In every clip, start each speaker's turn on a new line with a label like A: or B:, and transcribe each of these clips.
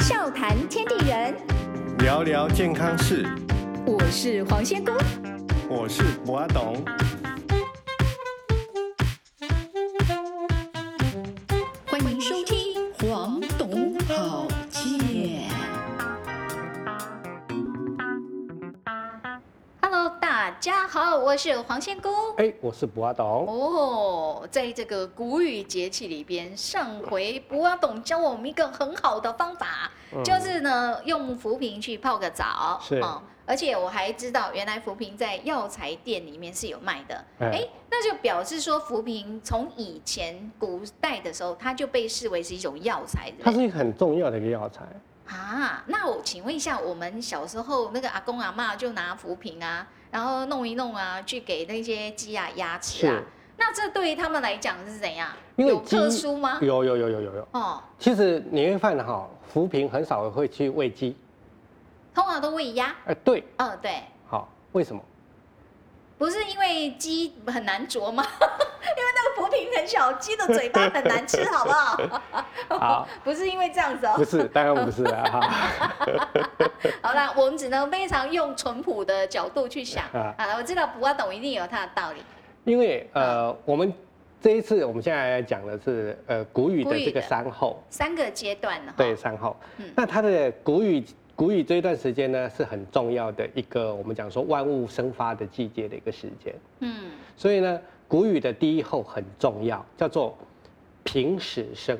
A: 笑谈天地人，
B: 聊聊健康事，
A: 我是黄仙姑。
B: 我是博阿董。
A: 欢迎收听《黄董好见》。Hello，大家好，我是黄仙姑。
C: 哎，我是卜阿董。
A: 哦，在这个谷雨节气里边，上回卜阿董教我们一个很好的方法，
C: 嗯
A: 就是呢用浮萍去泡个澡。
C: 是
A: 哦，而且我还知道，原来浮萍在药材店里面是有卖的。
C: 哎
A: 哎，那就表示说浮萍从以前古代的时候，它就被视为是一种药材，对不
C: 它
A: 对
C: 是一个很重要的一个药材。
A: 啊，那我请问一下，我们小时候那个阿公阿嬷就拿浮萍啊，然后弄一弄啊，去给那些鸡啊、鸭吃啊
C: 是。
A: 那这对于他们来讲是怎样？
C: 因为
A: 有
C: 鸡
A: 特殊吗？
C: 有有有有有有。
A: 哦，
C: 其实年夜饭哈，扶贫很少会去喂鸡。
A: 通常都喂鸭。
C: 哎，对，
A: 哦，对，
C: 好，为什么？
A: 不是因为鸡很难啄吗？ 因为那个浮萍很小，鸡的嘴巴很难吃，好不好？
C: 好，
A: 不是因为这样子哦
C: 啊不。是，当然不是 啊。哈
A: 好啦，我们只能非常用淳朴的角度去想。
C: 啊
A: 好了，我知道卜阿董一定有他的道理。
C: 因为
A: 嗯
C: 呃，我们这一次我们现在讲的是呃古语的这
A: 古语的
C: 个三候，
A: 三个阶段呢？
C: 对，三候
A: 嗯。
C: 那它的古语古语这一段时间呢，是很重要的一个我们讲说万物生发的季节的一个时间。
A: 嗯，
C: 所以呢，古语的第一候很重要，叫做平始生，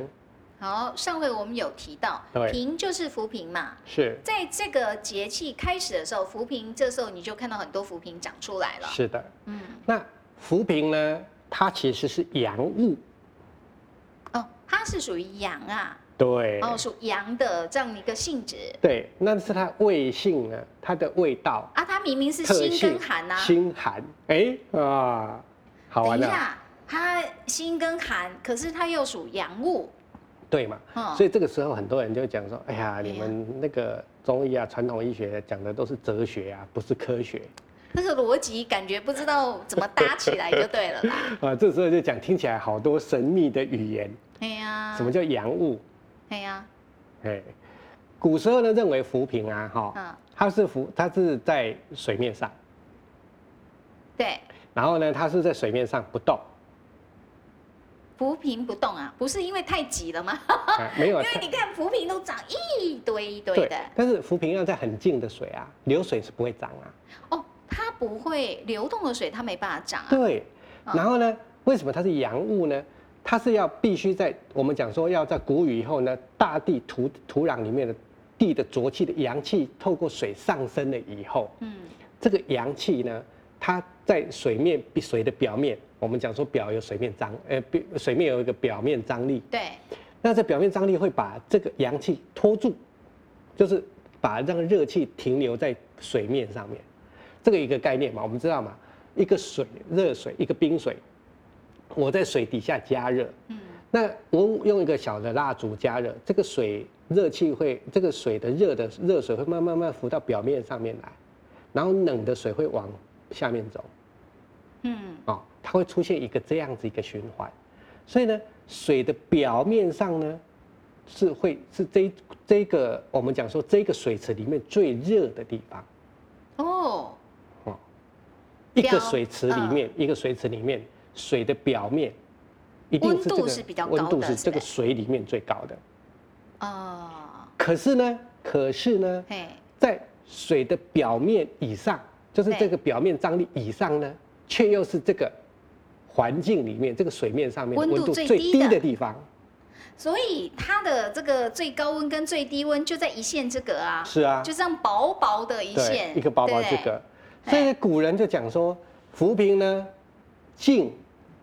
A: 好，上回我们有提到，
C: 对
A: 平就是浮萍嘛，
C: 是
A: 在这个节气开始的时候，浮萍这时候你就看到很多浮萍长出来了。
C: 是的。
A: 嗯，
C: 那浮萍呢，它其实是阳物，
A: 哦，它是属于阳啊，
C: 对，
A: 哦，属阳的这样一个性质
C: 对，那是它味性呢，它的味道
A: 啊，它明明是
C: 特
A: 辛
C: 性
A: 跟寒呐、啊。
C: 心寒，哎啊，好
A: 等
C: 玩
A: 一
C: 的、
A: 下，它辛跟寒，可是它又属阳物，
C: 对嘛？
A: 嗯，
C: 所以这个时候很多人就讲说，哎呀，你
A: 哎呀
C: 们那个中医啊，传统医学讲的都是哲学啊，不是科学
A: 那个逻辑感觉不知道怎么搭起来就对了 啦。
C: 啊。这时候就讲听起来好多神秘的语言，
A: 哎呀，
C: 什么？叫阳物？
A: 哎呀，
C: 哎，古时候呢认为浮萍啊，哈、
A: 嗯，
C: 它是浮，它是在水面上，
A: 对，
C: 然后呢，它是在水面上不动，
A: 哦浮萍不动啊，不是因为太挤了吗？
C: 哎没有
A: 因为你看浮萍都长一堆一堆
C: 对
A: 的，
C: 但是浮萍要在很静的水啊，流水是不会涨啊。
A: 哦，它不会流动的水，它没办法长啊。
C: 对，
A: 嗯
C: 然后呢，为什么它是洋物呢？它是要必须在我们讲说要在谷雨以后呢，大地土土壤里面的地的浊气的阳气透过水上升了以后，
A: 嗯，
C: 这个阳气呢，它在水面水的表面，我们讲说表有水面张，呃，表水面有一个表面张力，
A: 对，
C: 那这表面张力会把这个阳气拖住，就是把让热气停留在水面上面，这个一个概念嘛，我们知道嘛，一个水热水，一个冰水，我在水底下加热，
A: 嗯，
C: 那我用一个小的蜡烛加热，这个水热气会，这个水的热的热水会慢慢慢浮到表面上面来，然后冷的水会往下面走。
A: 嗯，
C: 哦，它会出现一个这样子一个循环。所以呢，水的表面上呢，是会是这一这个我们讲说这个水池里面最热的地方。
A: 哦，
C: 哦，一
A: 表
C: 个水池里面，
A: 嗯
C: 一个水池里面，水的表面一定是这
A: 温度
C: 个
A: 是比较高的
C: 温度是这
A: 是吧
C: 个水里面最高的。
A: 哦，
C: 可是呢，可是呢，
A: 嘿，
C: 在水的表面以上，就是
A: 对
C: 这个表面张力以上呢，却又是这个环境里面这个水面上面
A: 温
C: 温
A: 度
C: 度
A: 最
C: 最
A: 低
C: 低
A: 的
C: 的地方。
A: 所以它的这个最高温跟最低温就在一线之隔啊，
C: 是啊
A: 就这样薄薄的一
C: 对，
A: 线，
C: 一个薄薄
A: 对
C: 哎这
A: 不对，
C: 个。
A: 嘿
C: 所以古人就讲说，浮萍呢，静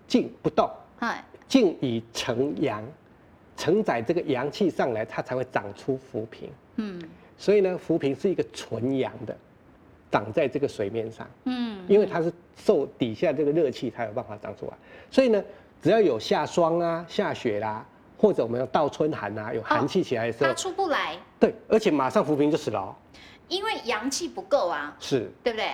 C: 静不动，
A: 哎，
C: 静以承阳，承载这个阳气上来，它才会长出浮萍。
A: 嗯
C: 所以呢，浮萍是一个纯阳的，长在这个水面上。
A: 嗯，
C: 因为它是受底下这个热气才有办法长出来。所以呢，只要有下霜啊、下雪啦、或者我们要倒春寒啊，有寒气起来的时候，
A: 它出不来，
C: 对，而且马上浮萍就死了、哦。
A: 因为阳气不够啊，
C: 是，
A: 对不对？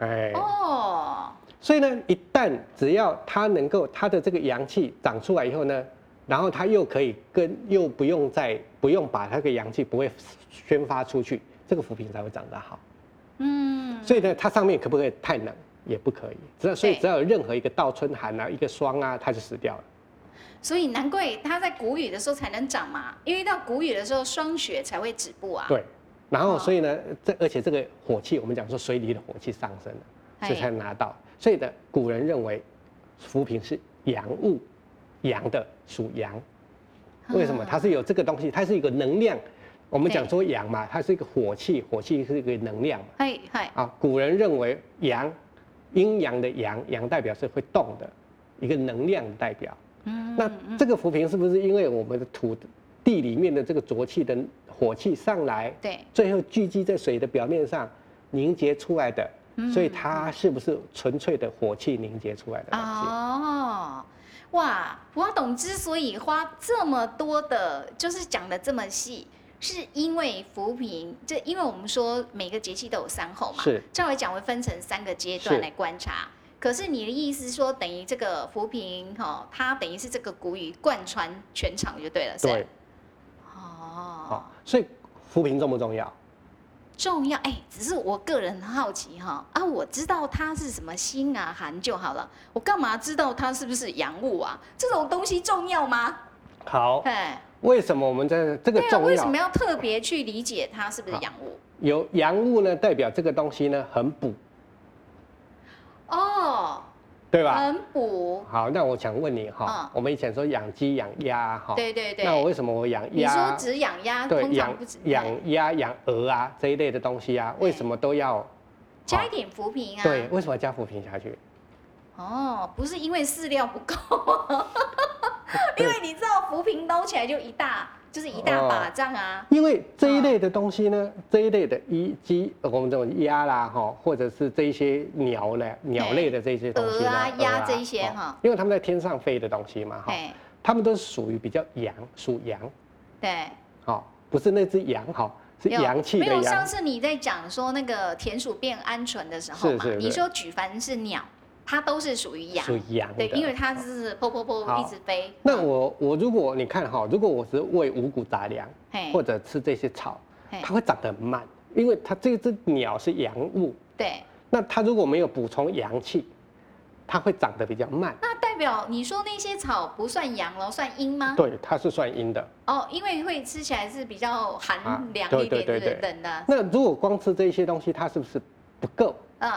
C: 哎，
A: 哦，
C: 所以呢，一旦只要它能够它的这个阳气长出来以后呢，然后它又可以跟又不用再不用把那个阳气不会宣发出去，这个浮萍才会长得好。
A: 嗯，
C: 所以呢，它上面可不可以太冷？也不可以，只要所以
A: 对
C: 只要有任何一个倒春寒啊，一个霜啊，它就死掉了。
A: 所以难怪它在谷雨的时候才能长嘛，因为到谷雨的时候霜雪才会止步啊。
C: 对，然后
A: 哦
C: 所以呢，这而且这个火气，我们讲说水里的火气上升了，所以
A: 哎
C: 才拿到。所以呢，古人认为浮萍是阳物，阳的属阳，为
A: 嗯
C: 什么？它是有这个东西，它是一个能量。我们
A: 啊对
C: 讲说阳嘛，它是一个火气，火气是一个能量嘛。
A: 嗨嗨，
C: 啊，古人认为阳，阴阳的阳，阳代表是会动的，一个能量的代表。
A: 嗯，
C: 那这个浮萍是不是因为我们的土地里面的这个浊气的火气上来，
A: 对，
C: 最后聚集在水的表面上凝结出来的？所以
A: 嗯
C: 它是不是纯粹的火气凝结出来的东西？
A: 哦，哇，胡阿董之所以花这么多的，就是讲的这么细，是因为浮萍，这因为我们说每个节气都有三候嘛，
C: 是
A: 照理讲会分成三个阶段
C: 是
A: 来观察。可是你的意思说，等于这个浮萍哈、哦，它等于是这个古语贯穿全场就对了，是啊吧
C: 对，
A: 哦
C: 好，，所以浮萍重不重要？
A: 重要哎、只是我个人好奇哈啊，我知道它是什么心啊寒就好了，我干嘛知道它是不是阳物啊？这种东西重要吗？
C: 好，
A: 哎，
C: 为什么我们在哦这个
A: 对啊，
C: 重
A: 为什
C: 要
A: 么？要特别去理解它是不是阳物？
C: 有阳物呢，代表这个东西呢很补，
A: 哦，
C: 啊对啊吧？
A: 很补，
C: 好，那我想问你哈，
A: 嗯
C: 我们以前说养鸡养鸭哈，
A: 对对
C: 那我
A: 对。
C: 为什么我养
A: 你说
C: 鸭？
A: 只养鸭，
C: 对，
A: 通常
C: 养
A: 不止哎
C: 养鸭、养鹅啊这一类的东西啊，为
A: 对
C: 什么都要？
A: 加一点浮萍啊。
C: 对，，为什么要加浮萍下去？
A: 哦，不是因为饲料不够， 因为你知道浮萍捞起来就一大，就是一大把
C: 哦
A: 仗啊。
C: 因为这一类的东西呢，这一类的一鸡，呃我们这种鸭啦哈，或者是这一些鸟呢，鸟类的这些东西呢
A: 鹅啊
C: 鹅
A: 鸭这一些
C: 哦
A: 哈
C: 因为它们在天上飞的东西嘛哈，
A: 哎，
C: 它们都是属于比较阳，属阳，
A: 对。
C: 哈，不是那只羊哈，是
A: 有
C: 阳气
A: 没
C: 的
A: 有，
C: 阳
A: 上，次你在讲说那个田鼠变鹌鹑的时候
C: 是
A: 嘛，
C: 是
A: 你
C: 是
A: 说举凡是鸟，它都是属于羊，
C: 属阳的。
A: 对，因为它是噗噗噗
C: 好
A: 一直飞。嗯
C: 那我我如果你看哈，如果我是喂五谷杂粮
A: 嘿
C: 或者吃这些草，
A: 嘿
C: 它会长得很慢，因为它这只鸟是阳物，
A: 对，
C: 那它如果没有补充阳气，它会长得比较慢。
A: 那代表你说那些草不算羊喽，算阴吗？
C: 对，它是算阴的。
A: 哦，因为会吃起来是比较
C: 啊
A: 寒凉
C: 对
A: 一点
C: 对对
A: 的
C: 对
A: 等的，
C: 那如果光吃这些东西，它是不是不够，
A: 嗯，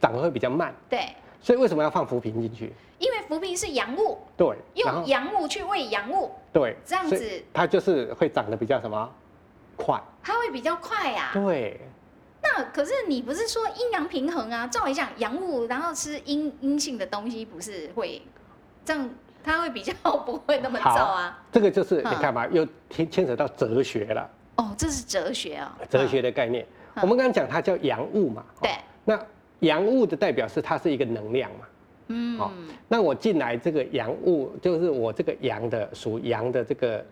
C: 长得会比较慢？
A: 对，
C: 所以为什么要放浮萍进去？
A: 因为浮萍是阳物，
C: 对，
A: 用
C: 然后
A: 阳物去喂阳物，
C: 对，
A: 这样
C: 所以
A: 子
C: 它就是会长得比较什么快。
A: 它会比较快啊呀、
C: 对，
A: 那可是你不是说阴阳平衡啊？照理讲，阳物然后吃阴阴性的东西，不是会这样？它会比较不会那么燥啊？
C: 这个就是你
A: 嗯
C: 看吧，又牵牵扯到哲学了。
A: 哦，这是哲学啊，
C: 哲学的概念。
A: 嗯
C: 我们刚刚讲它叫阳物嘛，
A: 嗯。
C: 哦
A: 对，
C: 那阳物的代表是它是一个能量嘛。好
A: 嗯，
C: 那我进来这个阳物，就是我这个阳的属阳的这个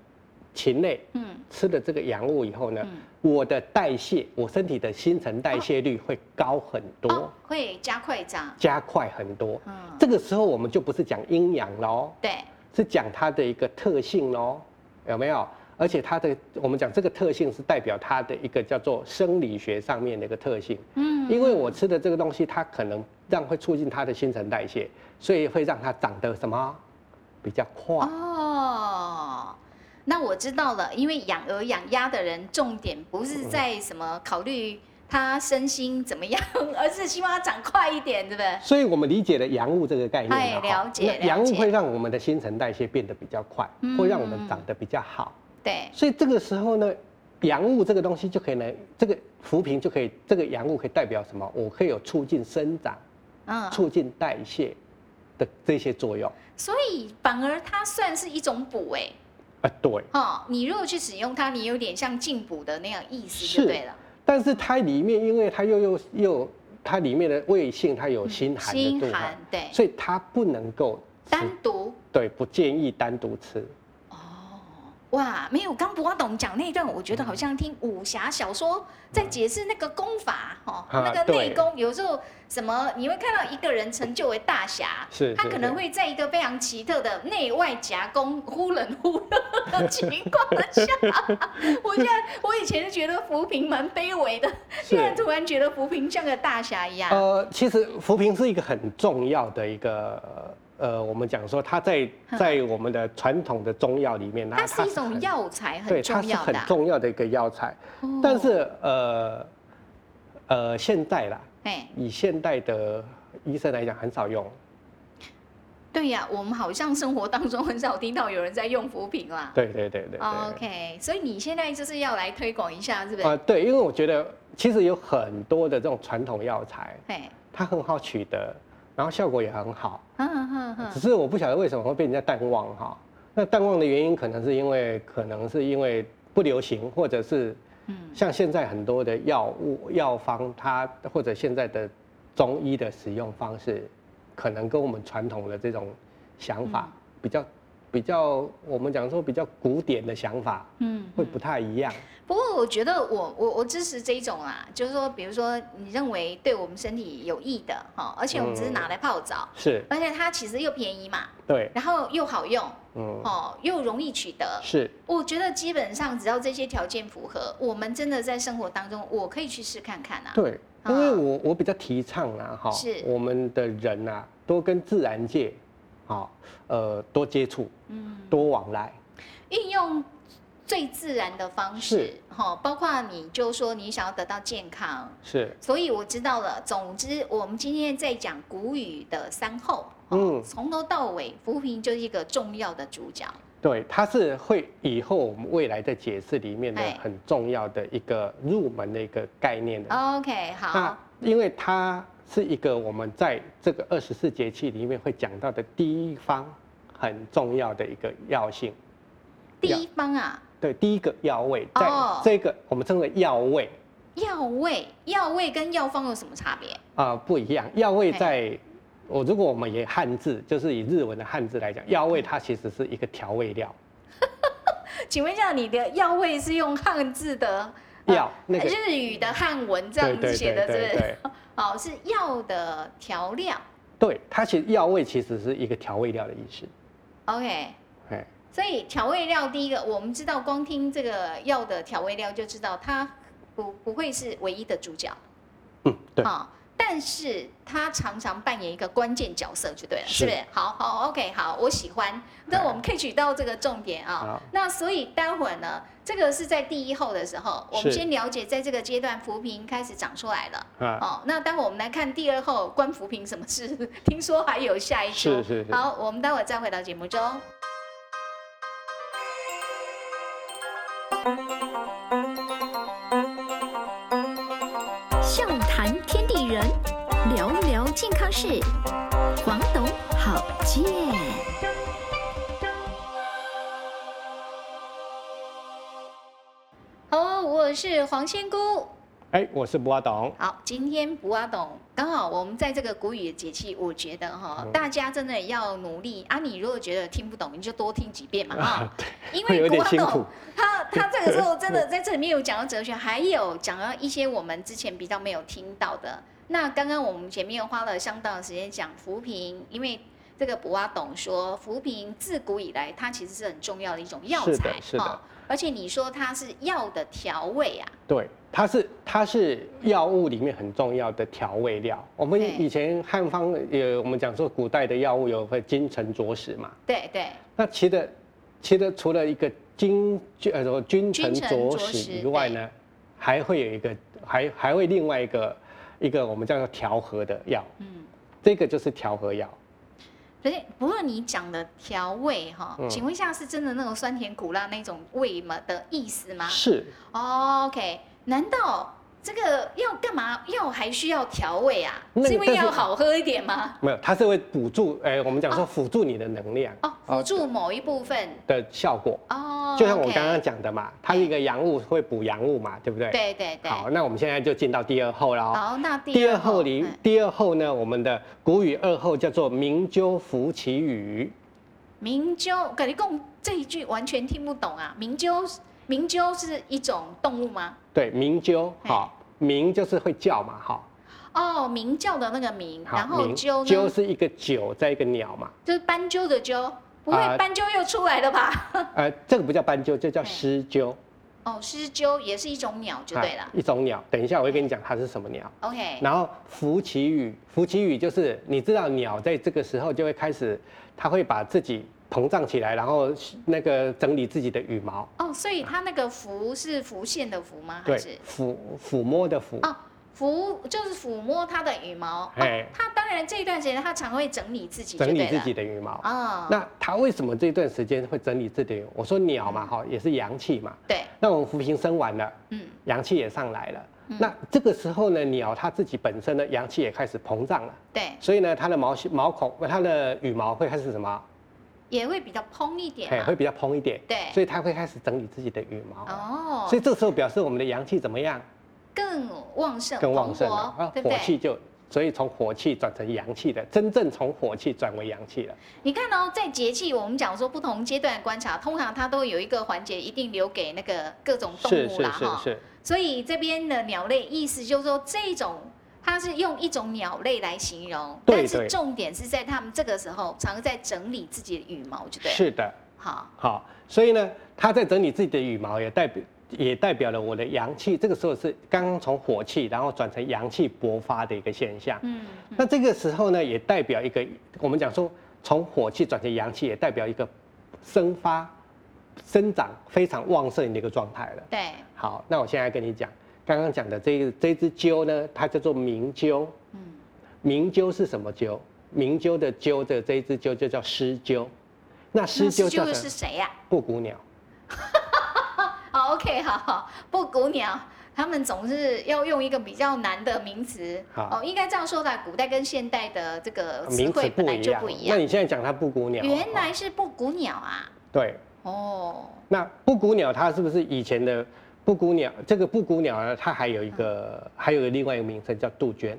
C: 禽类
A: 嗯，
C: 吃了这个阳物以后呢，
A: 嗯
C: 我的代谢，我身体的新陈代谢率会高很多，
A: 哦，会加快长，
C: 加快很多。
A: 嗯，
C: 这个时候我们就不是讲阴阳喽，
A: 对，
C: 是讲它的一个特性喽，有没有？而且它的，我们讲这个特性是代表它的一个叫做生理学上面的一个特性。
A: 嗯，
C: 因为我吃的这个东西，它可能让会促进它的新陈代谢，所以会让它长得什么比较快。
A: 哦。那我知道了，因为养鹅养鸭的人，重点不是在什么考虑他身心怎么样， 而是希望他长快一点，对不对？
C: 所以我们理解了阳物这个概念
A: 哎了解
C: 那
A: 了解
C: 阳物会让我们的新陈代谢变得比较快，
A: 嗯
C: 会让我们长得比较好。
A: 对，
C: 所以这个时候呢，阳物这个东西就可以呢，这个浮萍就可以，这个阳物可以代表什么？我可以有促进生长、
A: 嗯，
C: 促进代谢的这些作用。
A: 所以反而它算是一种补哎、
C: 啊，对。
A: 哦，你如果去使用它，你有点像进补的那样意思就是对了。
C: 但是它里面，因为它又又又它里面的胃性，它有心寒的
A: 心
C: 度
A: 寒
C: 哈，
A: 对，
C: 所以它不能够吃，
A: 单独
C: 对，不建议单独吃。
A: 哦，哇，没有，刚不阿董讲那一段，我觉得好像听武侠小说在解释那个功法哦，
C: 啊
A: 那个内
C: 对
A: 功，有时候什么你会看到一个人成就为大侠，
C: 是
A: 他
C: 是
A: 可能
C: 是
A: 会在一个非常奇特的内外夹攻、忽冷忽热的情况下， 我现在我以前就觉得扶贫蛮卑微的，
C: 是
A: 现在突然觉得扶贫像个大侠一样，
C: 呃，其实扶贫是一个很重要的一个呃，我们讲说它在在我们的传统的中药里面，
A: 嗯它是一种
C: 很
A: 药材，很
C: 对，它
A: 重
C: 是
A: 要
C: 很
A: 的啊、
C: 重要的一个药材。
A: 哦
C: 但，是呃呃，现代啦，
A: 哎，
C: 以现代的医生来讲，很少用。
A: 对呀、我们好像生活当中很少听到有人在用扶贫啦。
C: 对对对对对。
A: 啊哦 OK，所以你现在就是要来推广一下，是不
C: 啊、
A: 是？
C: 对，因为我觉得其实有很多的这种传统药材，
A: 哎、
C: 它很好取得，然后效果也很好，
A: 嗯嗯嗯
C: 只是我不晓得为什么会被人家淡忘哈。那淡忘的原因可能是因为，可能是因为不流行，或者是
A: 嗯，
C: 像现在很多的药物药方，它或者现在的中医的使用方式，可能跟我们传统的这种想法
A: 嗯
C: 比较比较，我们讲说比较古典的想法
A: 嗯，
C: 会不太一样。
A: 不过我觉得我我我支持这一种啦，就是说，比如说你认为对我们身体有益的哈，而且我们只是拿来泡澡，
C: 是，
A: 而且它其实又便宜嘛，
C: 对，
A: 然后又好用
C: 嗯，
A: 哦，又容易取得。
C: 是。
A: 我觉得基本上只要这些条件符合，我们真的在生活当中，我可以去试看看啊。
C: 对，
A: 啊
C: 因为我我比较提倡啊，哈
A: 是，
C: 我们的人啊，多跟自然界，好，呃，多接触，
A: 嗯，
C: 多往来，
A: 运用最自然的方式
C: 是
A: 哈，包括你就说你想要得到健康，
C: 是，
A: 所以我知道了。总之，我们今天在讲古语的三后，嗯，
C: 嗯
A: 从头到尾，扶贫就是一个重要的主角。
C: 对，它是会以后我们未来在解释里面的
A: 哎
C: 很重要的一个入门的一个概念的。
A: OK，好
C: 那，因为它是一个我们在这个二十四节气里面会讲到的第一方很重要的一个药性，
A: 第一方啊，
C: 对，第一个药味，在
A: 哦
C: 这个我们称为药味。
A: 药味，药味跟药方有什么差别？
C: 啊、不一样。药味
A: 嘿
C: 在我如果我们以汉字，就是以日文的汉字来
A: 嗯
C: 讲，药味它其实是一个调味料，
A: 请问一下，你的药味是用汉字的
C: 药那个
A: 嗯啊日语的汉文这样子写的，是不是？
C: 对
A: 哦，是药的调料。
C: 对，它其实药味其实是一个调味料的意思。
A: OK，
C: 哎，
A: 所以调味料第一个，我们知道光听这个药的调味料就知道它不不会是唯一的主角。
C: 嗯，对，
A: 好，但是他常常扮演一个关键角色，就对了，是
C: 是
A: 不是？好好，OK，好，我喜欢。那
C: 哎
A: 我们 catch 到这个重点啊、
C: 好
A: 那所以待会儿呢，这个是在第一后的时候，我们
C: 是
A: 先了解，在这个阶段扶贫开始长出来了。
C: 啊，
A: 哦，那待会儿我们来看第二后关扶贫什么事，听说还有下一周。
C: 是是是
A: 好，我们待会儿再回到节目中。
D: 笑谈天地人，聊聊健康事，黄董好见。
A: 哦，我是黄仙姑。
C: 哎，我是不阿董，
A: 好，今天不阿董，刚好我们在这个古语的节气，我觉得哈，
C: 嗯
A: 大家真的要努力啊！你如果觉得听不懂，你就多听几遍 嘛哈
C: 啊，
A: 因
C: 会
A: 为
C: 有
A: 古
C: 点
A: 阿
C: 辛
A: 董
C: 苦
A: 他他这个时候真的在这里面有讲到哲学，还有讲到一些我们之前比较没有听到的。那刚刚我们前面花了相当的时间讲扶贫，因为这个博阿董说扶贫自古以来它其实是很重要的一种药
C: 是的
A: 材
C: 是的
A: 哈而且你说它是药的调味啊，
C: 对，它是它是药物里面很重要的调味料。我们
A: 对
C: 以前汉方有我们讲说古代的药物有分金陈着实嘛，
A: 对对。
C: 那其的其的除了一个君呃什么君臣
A: 君臣
C: 佐
A: 佐使
C: 使以外呢，还会有一个还还会另外一个一个我们叫做调和的药，
A: 嗯
C: 嗯，这个就是调和药，
A: 可是，不过你讲的调味哈，
C: 嗯
A: 请问一下，是真的那种酸甜苦辣那种味吗的意思吗、
C: 是
A: o k 难道这个要干嘛？药还需要调味啊？
C: 那个
A: 是因为
C: 但是
A: 药好喝一点吗？
C: 没有，它是会补助，哎、我们讲说辅助你的能量
A: 哦，辅助某一部分
C: 的效果。
A: 哦。
C: 就像我
A: OK
C: 刚刚讲的嘛，它是一个阳物会补阳物嘛，对不对？。
A: 对对对，
C: 好，那我们现在就进到第二后了哦。
A: 好，那第
C: 第二
A: 后
C: 后里
A: 嗯，
C: 第二后呢，我们的古语二后叫做明鸠伏其羽。
A: 明灸，跟你共这一句完全听不懂啊。明鸠，明鸠是一种动物吗？
C: 对，鸣鸠，
A: 哎
C: 好，鸣就是会叫嘛，好，
A: 哦，鸣叫的那个鸣，
C: 好
A: 然后
C: 鸣
A: 鸠
C: 鸠
A: 呢，
C: 是一个九，在一 个鸟嘛，
A: 就是斑鸠的鸠，不会
C: 啊
A: 斑鸠又出来了吧？
C: 呃，这个不叫斑鸠，这叫
A: 哎
C: 狮鸠，
A: 哦，狮鸠也是一种鸟就
C: 啊
A: 对了。
C: 一种鸟。等一下我会跟你讲它是什么鸟。
A: OK，
C: 然后伏其羽，伏其羽就是你知道鸟在这个时候就会开始，它会把自己膨胀起来，然后那个整理自己的羽毛，
A: 哦，所以它那个浮是浮现的浮吗？还
C: 对
A: 啊是，
C: 抚抚摸的抚，
A: 哦，抚就是抚摸它的羽毛。哦
C: 哎，
A: 它当然这一段时间它常会整理自己，就
C: 整理
A: 对
C: 自
A: 了。
C: 己的羽毛。
A: 哦，
C: 那它为什么这段时间会整理自己的羽毛？我说鸟嘛，哈，也是阳气嘛。
A: 对，
C: 那我们浮萍生完了，
A: 嗯，
C: 阳气也上来了。那这个时候呢，鸟它自己本身的阳气也开始膨胀了，
A: 对，
C: 所以呢，它的毛毛孔、它的羽毛会开始什么？
A: 也会比较蓬一点
C: 哎，
A: 嘛。
C: 会比较蓬一点。
A: 对
C: 所以它会开始整理自己的羽毛。
A: 哦，
C: 所以这时候表示我们的阳气怎么样？
A: 更旺盛、
C: 更旺盛啊了
A: 蓬勃，对不
C: 火气
A: 对？
C: 就，所以从火气转成阳气的，真正从火气转为阳气了。
A: 你看哦，在节气，我们讲说不同阶段的观察，通常它都有一个环节一定留给那个各种动
C: 是
A: 物
C: 是
A: 啦，
C: 是
A: 哈。
C: 是，
A: 所以这边的鸟类意思就是说，这种它是用一种鸟类来形容，
C: 对
A: 但是
C: 对
A: 重点是在它们这个时候常在整理自己的羽毛，就对了。
C: 是的。
A: 好，
C: 好，所以呢，它在整理自己的羽毛，也代表也代表了我的阳气。这个时候是刚刚从火气，然后转成阳气勃发的一个现象。
A: 嗯，
C: 那这个时候呢，也代表一个我们讲说从火气转成阳气，也代表一个生发、生长非常旺盛的一个状态了。
A: 对，
C: 好，那我现在跟你讲，刚刚讲的这个这只鸠呢，它叫做鸣鸠。
A: 嗯，
C: 鸣鸠是什么鸠？鸣鸠的鸠的这一只鸠就叫狮鸠。那狮
A: 那
C: 鸠
A: 狮
C: 叫
A: 鹫
C: 什
A: 是
C: 么？
A: 谁呀、
C: 布谷鸟。
A: 好，OK，好好，布谷鸟，他们总是要用一个比较难的名词。
C: 好啊
A: 哦，应该这样说的，古代跟现代的这个呃词
C: 名
A: 汇
C: 字
A: 本
C: 不
A: 来
C: 一
A: 就
C: 样
A: 不一。
C: 那
A: 样。
C: 你现在讲它布谷鸟，
A: 原来
C: 哦
A: 是布谷鸟啊，
C: 对，
A: 哦，
C: 那布谷鸟它是不是以前的布谷鸟？这个布谷鸟呢，它还有一个、还有另外一个名称叫杜鹃，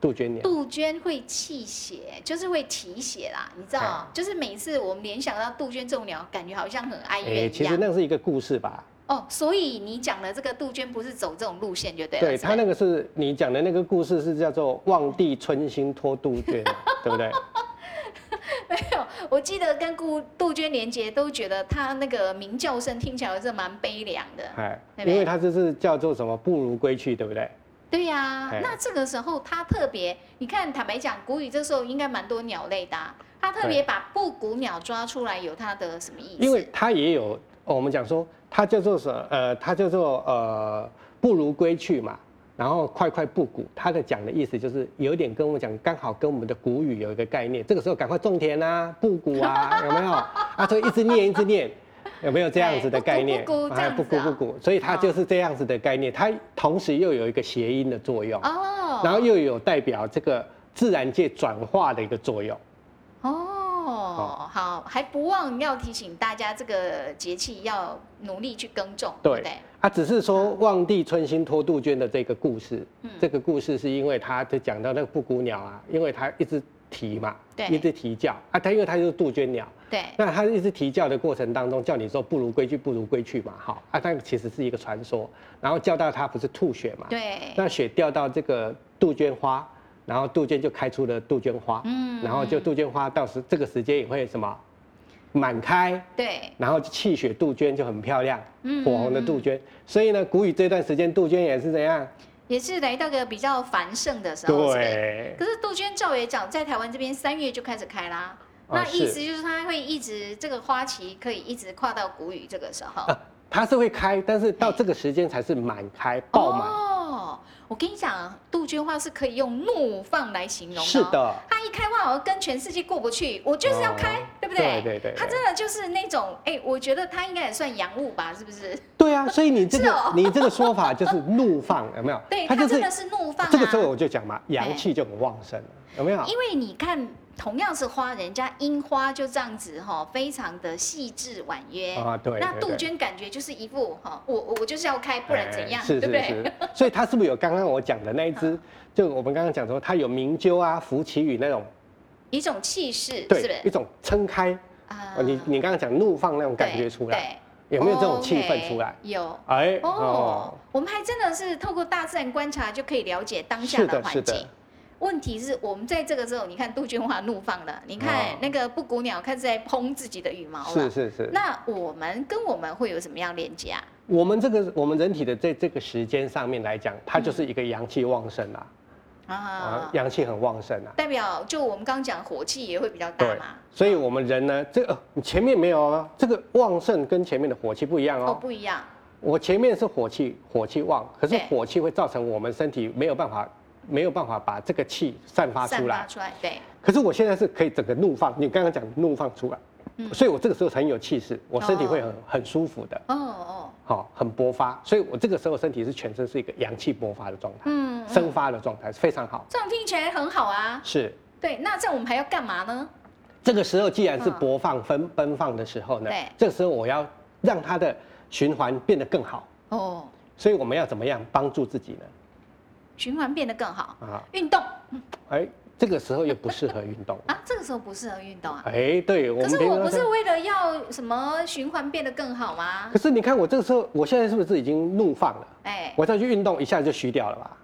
C: 杜鹃鸟。
A: 嗯杜鹃会气血，就是会提血啦，你知道
C: 哎，
A: 就是每次我们联想到杜鹃这种鸟，感觉好像很哀
C: 诶
A: 怨一
C: 哎其实
A: 样。
C: 那是一个故事吧？
A: 哦，所以你讲的这个杜鹃不是走这种路线就对了。
C: 对，
A: 是吧
C: 它那个是你讲的那个故事是叫做“望帝春心托杜鹃”，对 不对？
A: 我记得跟顾杜鹃连接，都觉得它那个鸣叫声听起来是蛮悲凉的。
C: 哎，
A: 对不对
C: 因为它这是叫做什么“不如归去”，对不对？
A: 对呀、
C: 哎
A: 那这个时候它特别，你看，坦白讲，古语这时候应该蛮多鸟类的、啊，它特别把布谷鸟抓出来，有它的什么意思？
C: 因为它也有，哦我们讲说它叫做什呃，它叫做呃，不如归去嘛。然后快快布谷，它的讲的意思就是有点跟我们讲，刚好跟我们的古语有一个概念。这个时候赶快种田啊，布 谷啊，有没有？啊，所以一直念一直念，有没有这样子的概念？
A: 布谷布谷这样子
C: 布
A: 啊
C: 谷布谷，所以它就是这样子的概念。它同时又有一个谐音的作用，
A: 哦，
C: 然后又有代表这个自然界转化的一个作用。
A: 哦，好，还不忘要提醒大家，这个节气要努力去耕种，对
C: 对
A: 不对？
C: 啊，只是说望帝春心托杜鹃的这个故事，
A: 嗯
C: 这个故事是因为他就讲到那个布谷鸟啊，因为它一直啼嘛，
A: 对
C: 一直啼叫啊，它因为它就是杜鹃鸟，
A: 对，
C: 那它一直啼叫的过程当中，叫你说不如归去，不如归去嘛，好啊，但其实是一个传说，然后叫到它不是吐血嘛，
A: 对，
C: 那血掉到这个杜鹃花，然后杜鹃就开出了杜鹃花，
A: 嗯
C: 然后就杜鹃花到时这个时间也会什么满开，
A: 对，
C: 然后气血杜鹃就很漂亮
A: 嗯，
C: 火红的杜鹃。所以呢，古语这段时间杜鹃也是怎样？
A: 也是来到个比较繁盛的时候，是不是
C: 对，
A: 可是杜鹃照也讲，在台湾这边三月就开始开啦。
C: 啊
A: 那意思
C: 是
A: 就是它会一直这个花期可以一直跨到谷雨这个时候。
C: 啊，它是会开，但是到这个时间才是满开 爆满。
A: 哦，我跟你讲，杜鹃花是可以用怒放来形容的、哦
C: 是，的，
A: 它一开花，我跟全世界过不去，我就是要开，
C: 哦
A: 对不对？
C: 对对对对
A: 它真的就是那种，哎、我觉得它应该也算洋物吧，是不 是？
C: 对啊，所以你这
A: 是
C: 个
A: 哦
C: 你这个说法就是怒放，有没有？
A: 对，它
C: 它就
A: 真
C: 是
A: 的是怒放、啊。
C: 这个时候我就讲嘛，阳气就很旺盛了，有没有？
A: 因为你看，同样是花，人家樱花就这样子哈、非常的细致婉约
C: 啊对
A: 那
C: 对
A: 杜
C: 对
A: 鹃感觉就是一副哈、我我我就是要开，不然怎样，
C: 哎
A: 对
C: 是
A: 嗯
C: 是
A: 不对？
C: 是，所以它是不是有刚刚我讲的那一只？就我们刚刚讲说，它有鸣鸠啊、拂其羽那种
A: 一种气势，是不
C: 对，一
A: 是？
C: 种撑开
A: 啊
C: 哦你你刚刚讲怒放那种感觉出来，，
A: 对哦
C: 有没有这种气氛出来？？
A: OK，有。
C: 哎
A: 哦，，我们还真的是透过大自然观察就可以了解当下
C: 是的，是
A: 环境
C: 的。，
A: 问题是我们在这个时候，你看杜鹃花怒放了，你看
C: 哦
A: 那个布谷鸟开始在蓬自己的羽毛
C: 是
A: 了。
C: 是是。
A: 那我们跟我们会有什么样连接啊？
C: 我们这个我们人体的在这个时间上面来讲，它就是
A: 嗯
C: 一个阳气旺盛啊，啊
A: 啊，，
C: 阳气很旺盛啊。
A: 代表就我们刚讲火气也会比较大
C: 对
A: 嘛。，
C: 所以我们人呢，这个、呃你前面没有哦，这个旺盛跟前面的火气不一样
A: 哦，
C: 哦。
A: 不一样。
C: 我前面是火气，火气旺，可是
A: 对
C: 火气会造成我们身体没有办法，没有办法把这个气散发
A: 散
C: 出
A: 发
C: 来。
A: 出来，对，
C: 可是我现在是可以整个怒放，你刚刚讲怒放出来，
A: 嗯
C: 所以我这个时候很有气势，我身体
A: 哦
C: 会很很舒服的，
A: 哦哦，
C: 好、很勃发，所以我这个时候身体是全身是一个阳气勃发的状态，
A: 嗯，嗯
C: 生发的状态是非常好。
A: 这样听起来很好啊。
C: 是，
A: 对，那这样我们还要干嘛呢？
C: 这个时候既然是
A: 嗯
C: 勃放分奔放的时候呢
A: 对，
C: 这个时候我要让它的循环变得更好，
A: 哦，
C: 所以我们要怎么样帮助自己呢？
A: 循环变得更好，
C: 啊，
A: 运动，
C: 哎，这个时候又不适合运动
A: 啊，这个时候不适合运动啊。
C: 哎，对，我
A: 可
C: 们
A: 是
C: 平
A: 我
C: 常
A: 不是
C: 在
A: 为了要什么循环变得更好吗
C: 可？是你看我这个时候，我现在是不是已经怒放了？
A: 哎，
C: 我再去运动一下就虚掉了吧？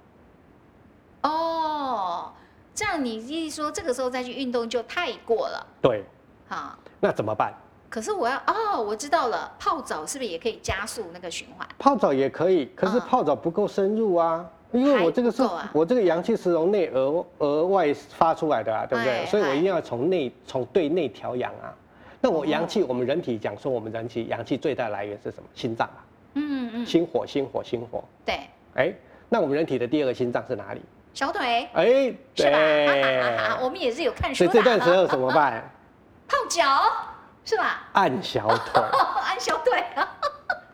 A: 哦，这样你一说这个时候再去运动就太过了，
C: 对，
A: 哈。
C: 那怎么办？
A: 可是我要哦，我知道了，泡澡是不是也可以加速那个循环？
C: 泡澡也可以，可是
A: 嗯
C: 泡澡不够深入啊，因为我这个是
A: 还不够啊
C: 我这个阳气是从内而额外发出来的啊，对不
A: 哎
C: 对？所以我
A: 哎
C: 一定要从内从对内调养啊。那我阳气，
A: 哦
C: 我们人体讲说，我们人体阳气最大来源是什么？心脏啊，
A: 嗯嗯，
C: 心火，心火，心火。
A: 对，
C: 哎，那我们人体的第二个心脏是哪里？
A: 小腿
C: 哎，
A: 嗯是吧？
C: 对。
A: 哈哈哈哈 我们也是有看书
C: 所以
A: 的啊。
C: 这段时候怎么办？
A: 泡脚是吧？
C: 按小腿，
A: 按小腿啊。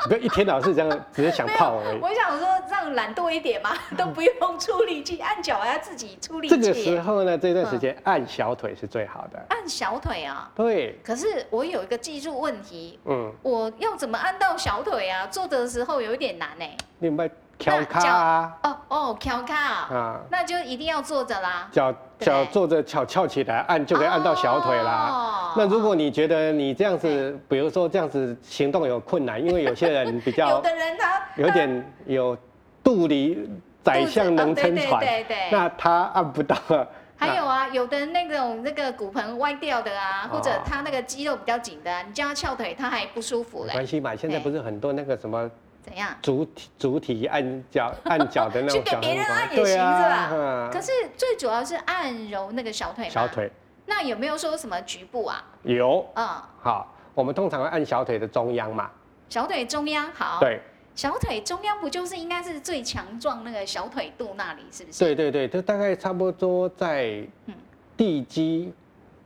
C: 不要一天到晚是这样，只是想
A: 没
C: 泡
A: 有
C: 而，已。
A: 我想说让懒惰一点嘛，都不用出力气，按脚还要自己出力气
C: 这
A: 耶。
C: 个时候呢，这段时
A: 嗯
C: 间按小腿是最好的。
A: 按小腿啊，
C: 对，
A: 可是我有一个技术问题，
C: 嗯，
A: 我要怎么按到小腿啊？坐的时候有一点难呢。欸
C: 另外调咖啊，
A: 哦哦，翘卡啊，
C: 啊，
A: 那就一定要坐着啦，
C: 脚
A: 对
C: 脚坐着翘翘起来按就可以按到小腿啦。
A: 哦
C: 那如果你觉得你这样子，比如说这样子行动有困难，因为有些人 比
A: 有
C: 较
A: 的人他
C: 有点有肚里宰相能撑
A: 肚子哦
C: 船，
A: 对对对对。
C: 那他按不到。
A: 还有啊，有的那种那个骨盆歪掉的啊，或者
C: 哦
A: 他那个肌肉比较紧的啊，你叫他翘腿，他还不舒
C: 那
A: 服
C: 没
A: 嘞
C: 关，系嘛，现在
A: 哎
C: 不是很多那个什么
A: 怎样？
C: 足体足体按 脚按脚的那
A: 去
C: 种
A: 给
C: 脚
A: 别
C: 很
A: 人
C: 宽
A: 按也行是吧
C: 嗯
A: 可是最主要是按揉那个小腿嘛。
C: 小。腿
A: 那有没有说什么局部啊？
C: 有
A: 嗯，
C: 好，我们通常会按小腿的中央嘛，
A: 小腿中央好。。
C: 对。
A: 小腿中央不就是应该是最强壮那个小腿肚那里，是不是？
C: 对对对，就大概差不多在
A: 嗯
C: 地基、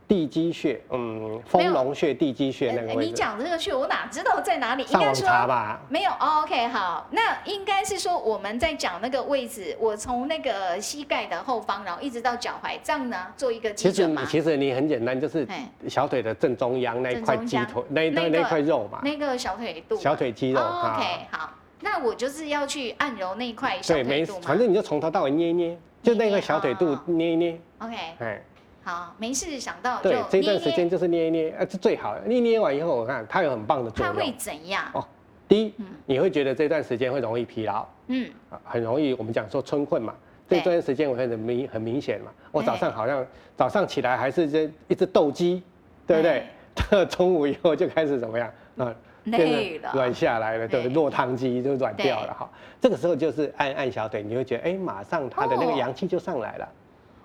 C: 地基穴，嗯，丰隆穴、地基穴
A: 呃
C: 那个位
A: 你
C: 置，
A: 讲这个穴，我哪知道在哪里？应
C: 上
A: 该
C: 网
A: 说
C: 查吧。
A: 没有。哦 OK，好，那应该是说我们在讲那个位置，我从那个膝盖的后方，然后一直到脚踝，这样呢做一个基
C: 其实
A: 准
C: 你
A: 嘛。
C: 其实你很简单，就是
A: 哎
C: 小腿的正中央那一块
A: 正中
C: 肌
A: 央
C: 腿那一
A: 那
C: 那
A: 个
C: 那块肉嘛，
A: 那个小腿肚嘛。
C: 小腿肌肉
A: 哦
C: 哈。
A: OK，好，那我就是要去按揉那一块小
C: 对，没
A: 腿肚
C: 事，
A: 嘛。
C: 反正你就从头到尾捏一捏，就那
A: 捏一捏
C: 个小腿肚
A: 哦
C: 捏一捏，
A: OK，
C: 哎，
A: 好，没事，想到就
C: 对，这段时
A: 捏
C: 间
A: 一捏
C: 就是捏一捏，啊，这最好。一捏完以后，我看它有很棒的作
A: 它会
C: 用。
A: 怎样？
C: 哦第一
A: 嗯，
C: 你会觉得这段时间会容易疲劳，
A: 嗯，
C: 啊很容易，我们讲说春困嘛，
A: 对
C: 这段时间我很明很明显嘛，我
A: 哎
C: 早上好像早上起来还是这一只斗鸡，对不对
A: 哎？
C: 到了 中午以后就开始怎么样啊？
A: 嗯累了
C: 软下来了，对不
A: 哎
C: 对？落汤鸡就软掉了哈。这个时候就是按按小腿，你会觉得哎，马上它的那个
A: 哦
C: 阳气就上来了。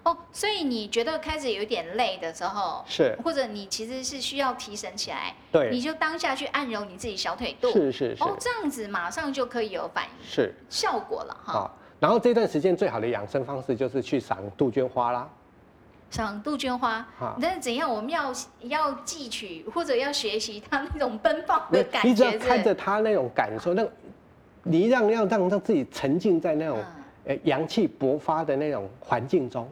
A: 哦，所以你觉得开始有点累的时候，
C: 是，
A: 或者你其实是需要提神起来，你
C: 对，
A: 就当下去按揉你自己小腿肚，
C: 是是是
A: 哦，这样子马上就可以有反应
C: 是
A: 效果了哈。
C: 啊。然后这段时间最好的养生方式就是去赏杜鹃花啦。
A: 赏杜鹃花
C: 好，
A: 但是怎样，我们要要汲取或者要学习它那种奔放
C: 没
A: 的
C: 有
A: 感
C: 你只
A: 觉
C: 要
A: 是不是，
C: 看着它那种感受，那种你让要让让自己沉浸在那种
A: 嗯
C: 呃阳气勃发的那种环境中，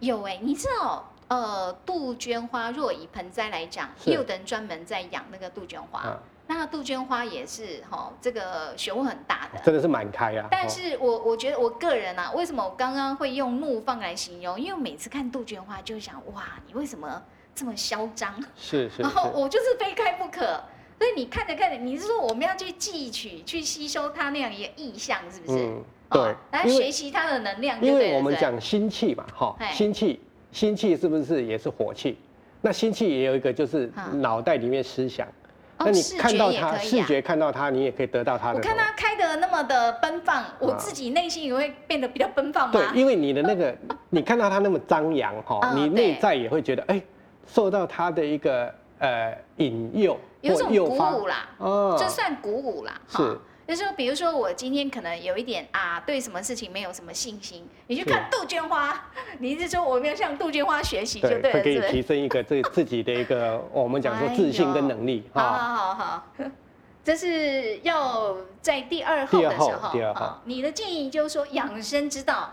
A: 有哎、你知道，呃，杜鹃花若以盆栽来讲，
C: 是
A: 也有的人专门在养那个杜鹃花。
C: 啊
A: 那杜鹃花也是哈、吼这个学问很大的。
C: 真的是蛮开啊。
A: 但
C: 哦
A: 是我我觉得我个人啊，为什么我刚刚会用怒放来形容？因为我每次看杜鹃花就想，哇，你为什么这么嚣张，
C: 是是
A: 然后
C: 是，
A: 我就是非开不可。所以你看着看着，你是说我们要去汲取、去吸收它那样一个意象，是不是？
C: 嗯，对
A: 哦，来
C: 因
A: 学
C: 为
A: 习它的能量就对
C: 因
A: 了。
C: 为我们
A: 对
C: 讲心气嘛，哈
A: 嘿，
C: 心气心气是不是也是火气？那心气也有一个就是
A: 嗯
C: 脑袋里面思想，
A: 哦
C: 那你
A: 视
C: 看
A: 觉
C: 到
A: 也
C: 它，
A: 可以
C: 视
A: 啊
C: 觉看到它，你也可以得到它的
A: 我
C: 什么。
A: 看他开的那么的奔放，我自己内心也会变得比较奔放
C: 对
A: 嘛，。
C: 因为你的 那个，你看到他那么张扬哈，
A: 嗯
C: 你
A: 对
C: 内在也会觉得，哎，受到他的一个呃引诱
A: 有一
C: 或
A: 种
C: 诱
A: 鼓
C: 发，
A: 舞啦，
C: 哦
A: 这算鼓舞啦。哈
C: 是，
A: 就是说比如说我今天可能有一点啊，对什么事情没有什么信心，你去
C: 是
A: 看杜鹃花， 你是说我们要向杜鹃花学习就
C: 对，
A: 对
C: 会
A: 了，
C: 给
A: 是
C: 你
A: 不
C: 提
A: 是？
C: 升一 个这自己的一个，我们讲说
A: 哎
C: 自信
A: 呦
C: 跟能力
A: 好
C: 哈。
A: 好好好。 这是要在第二后
C: 第
A: 的
C: 二
A: 时
C: 后
A: 候，
C: 第二后
A: 啊你的建议就是说养生之道，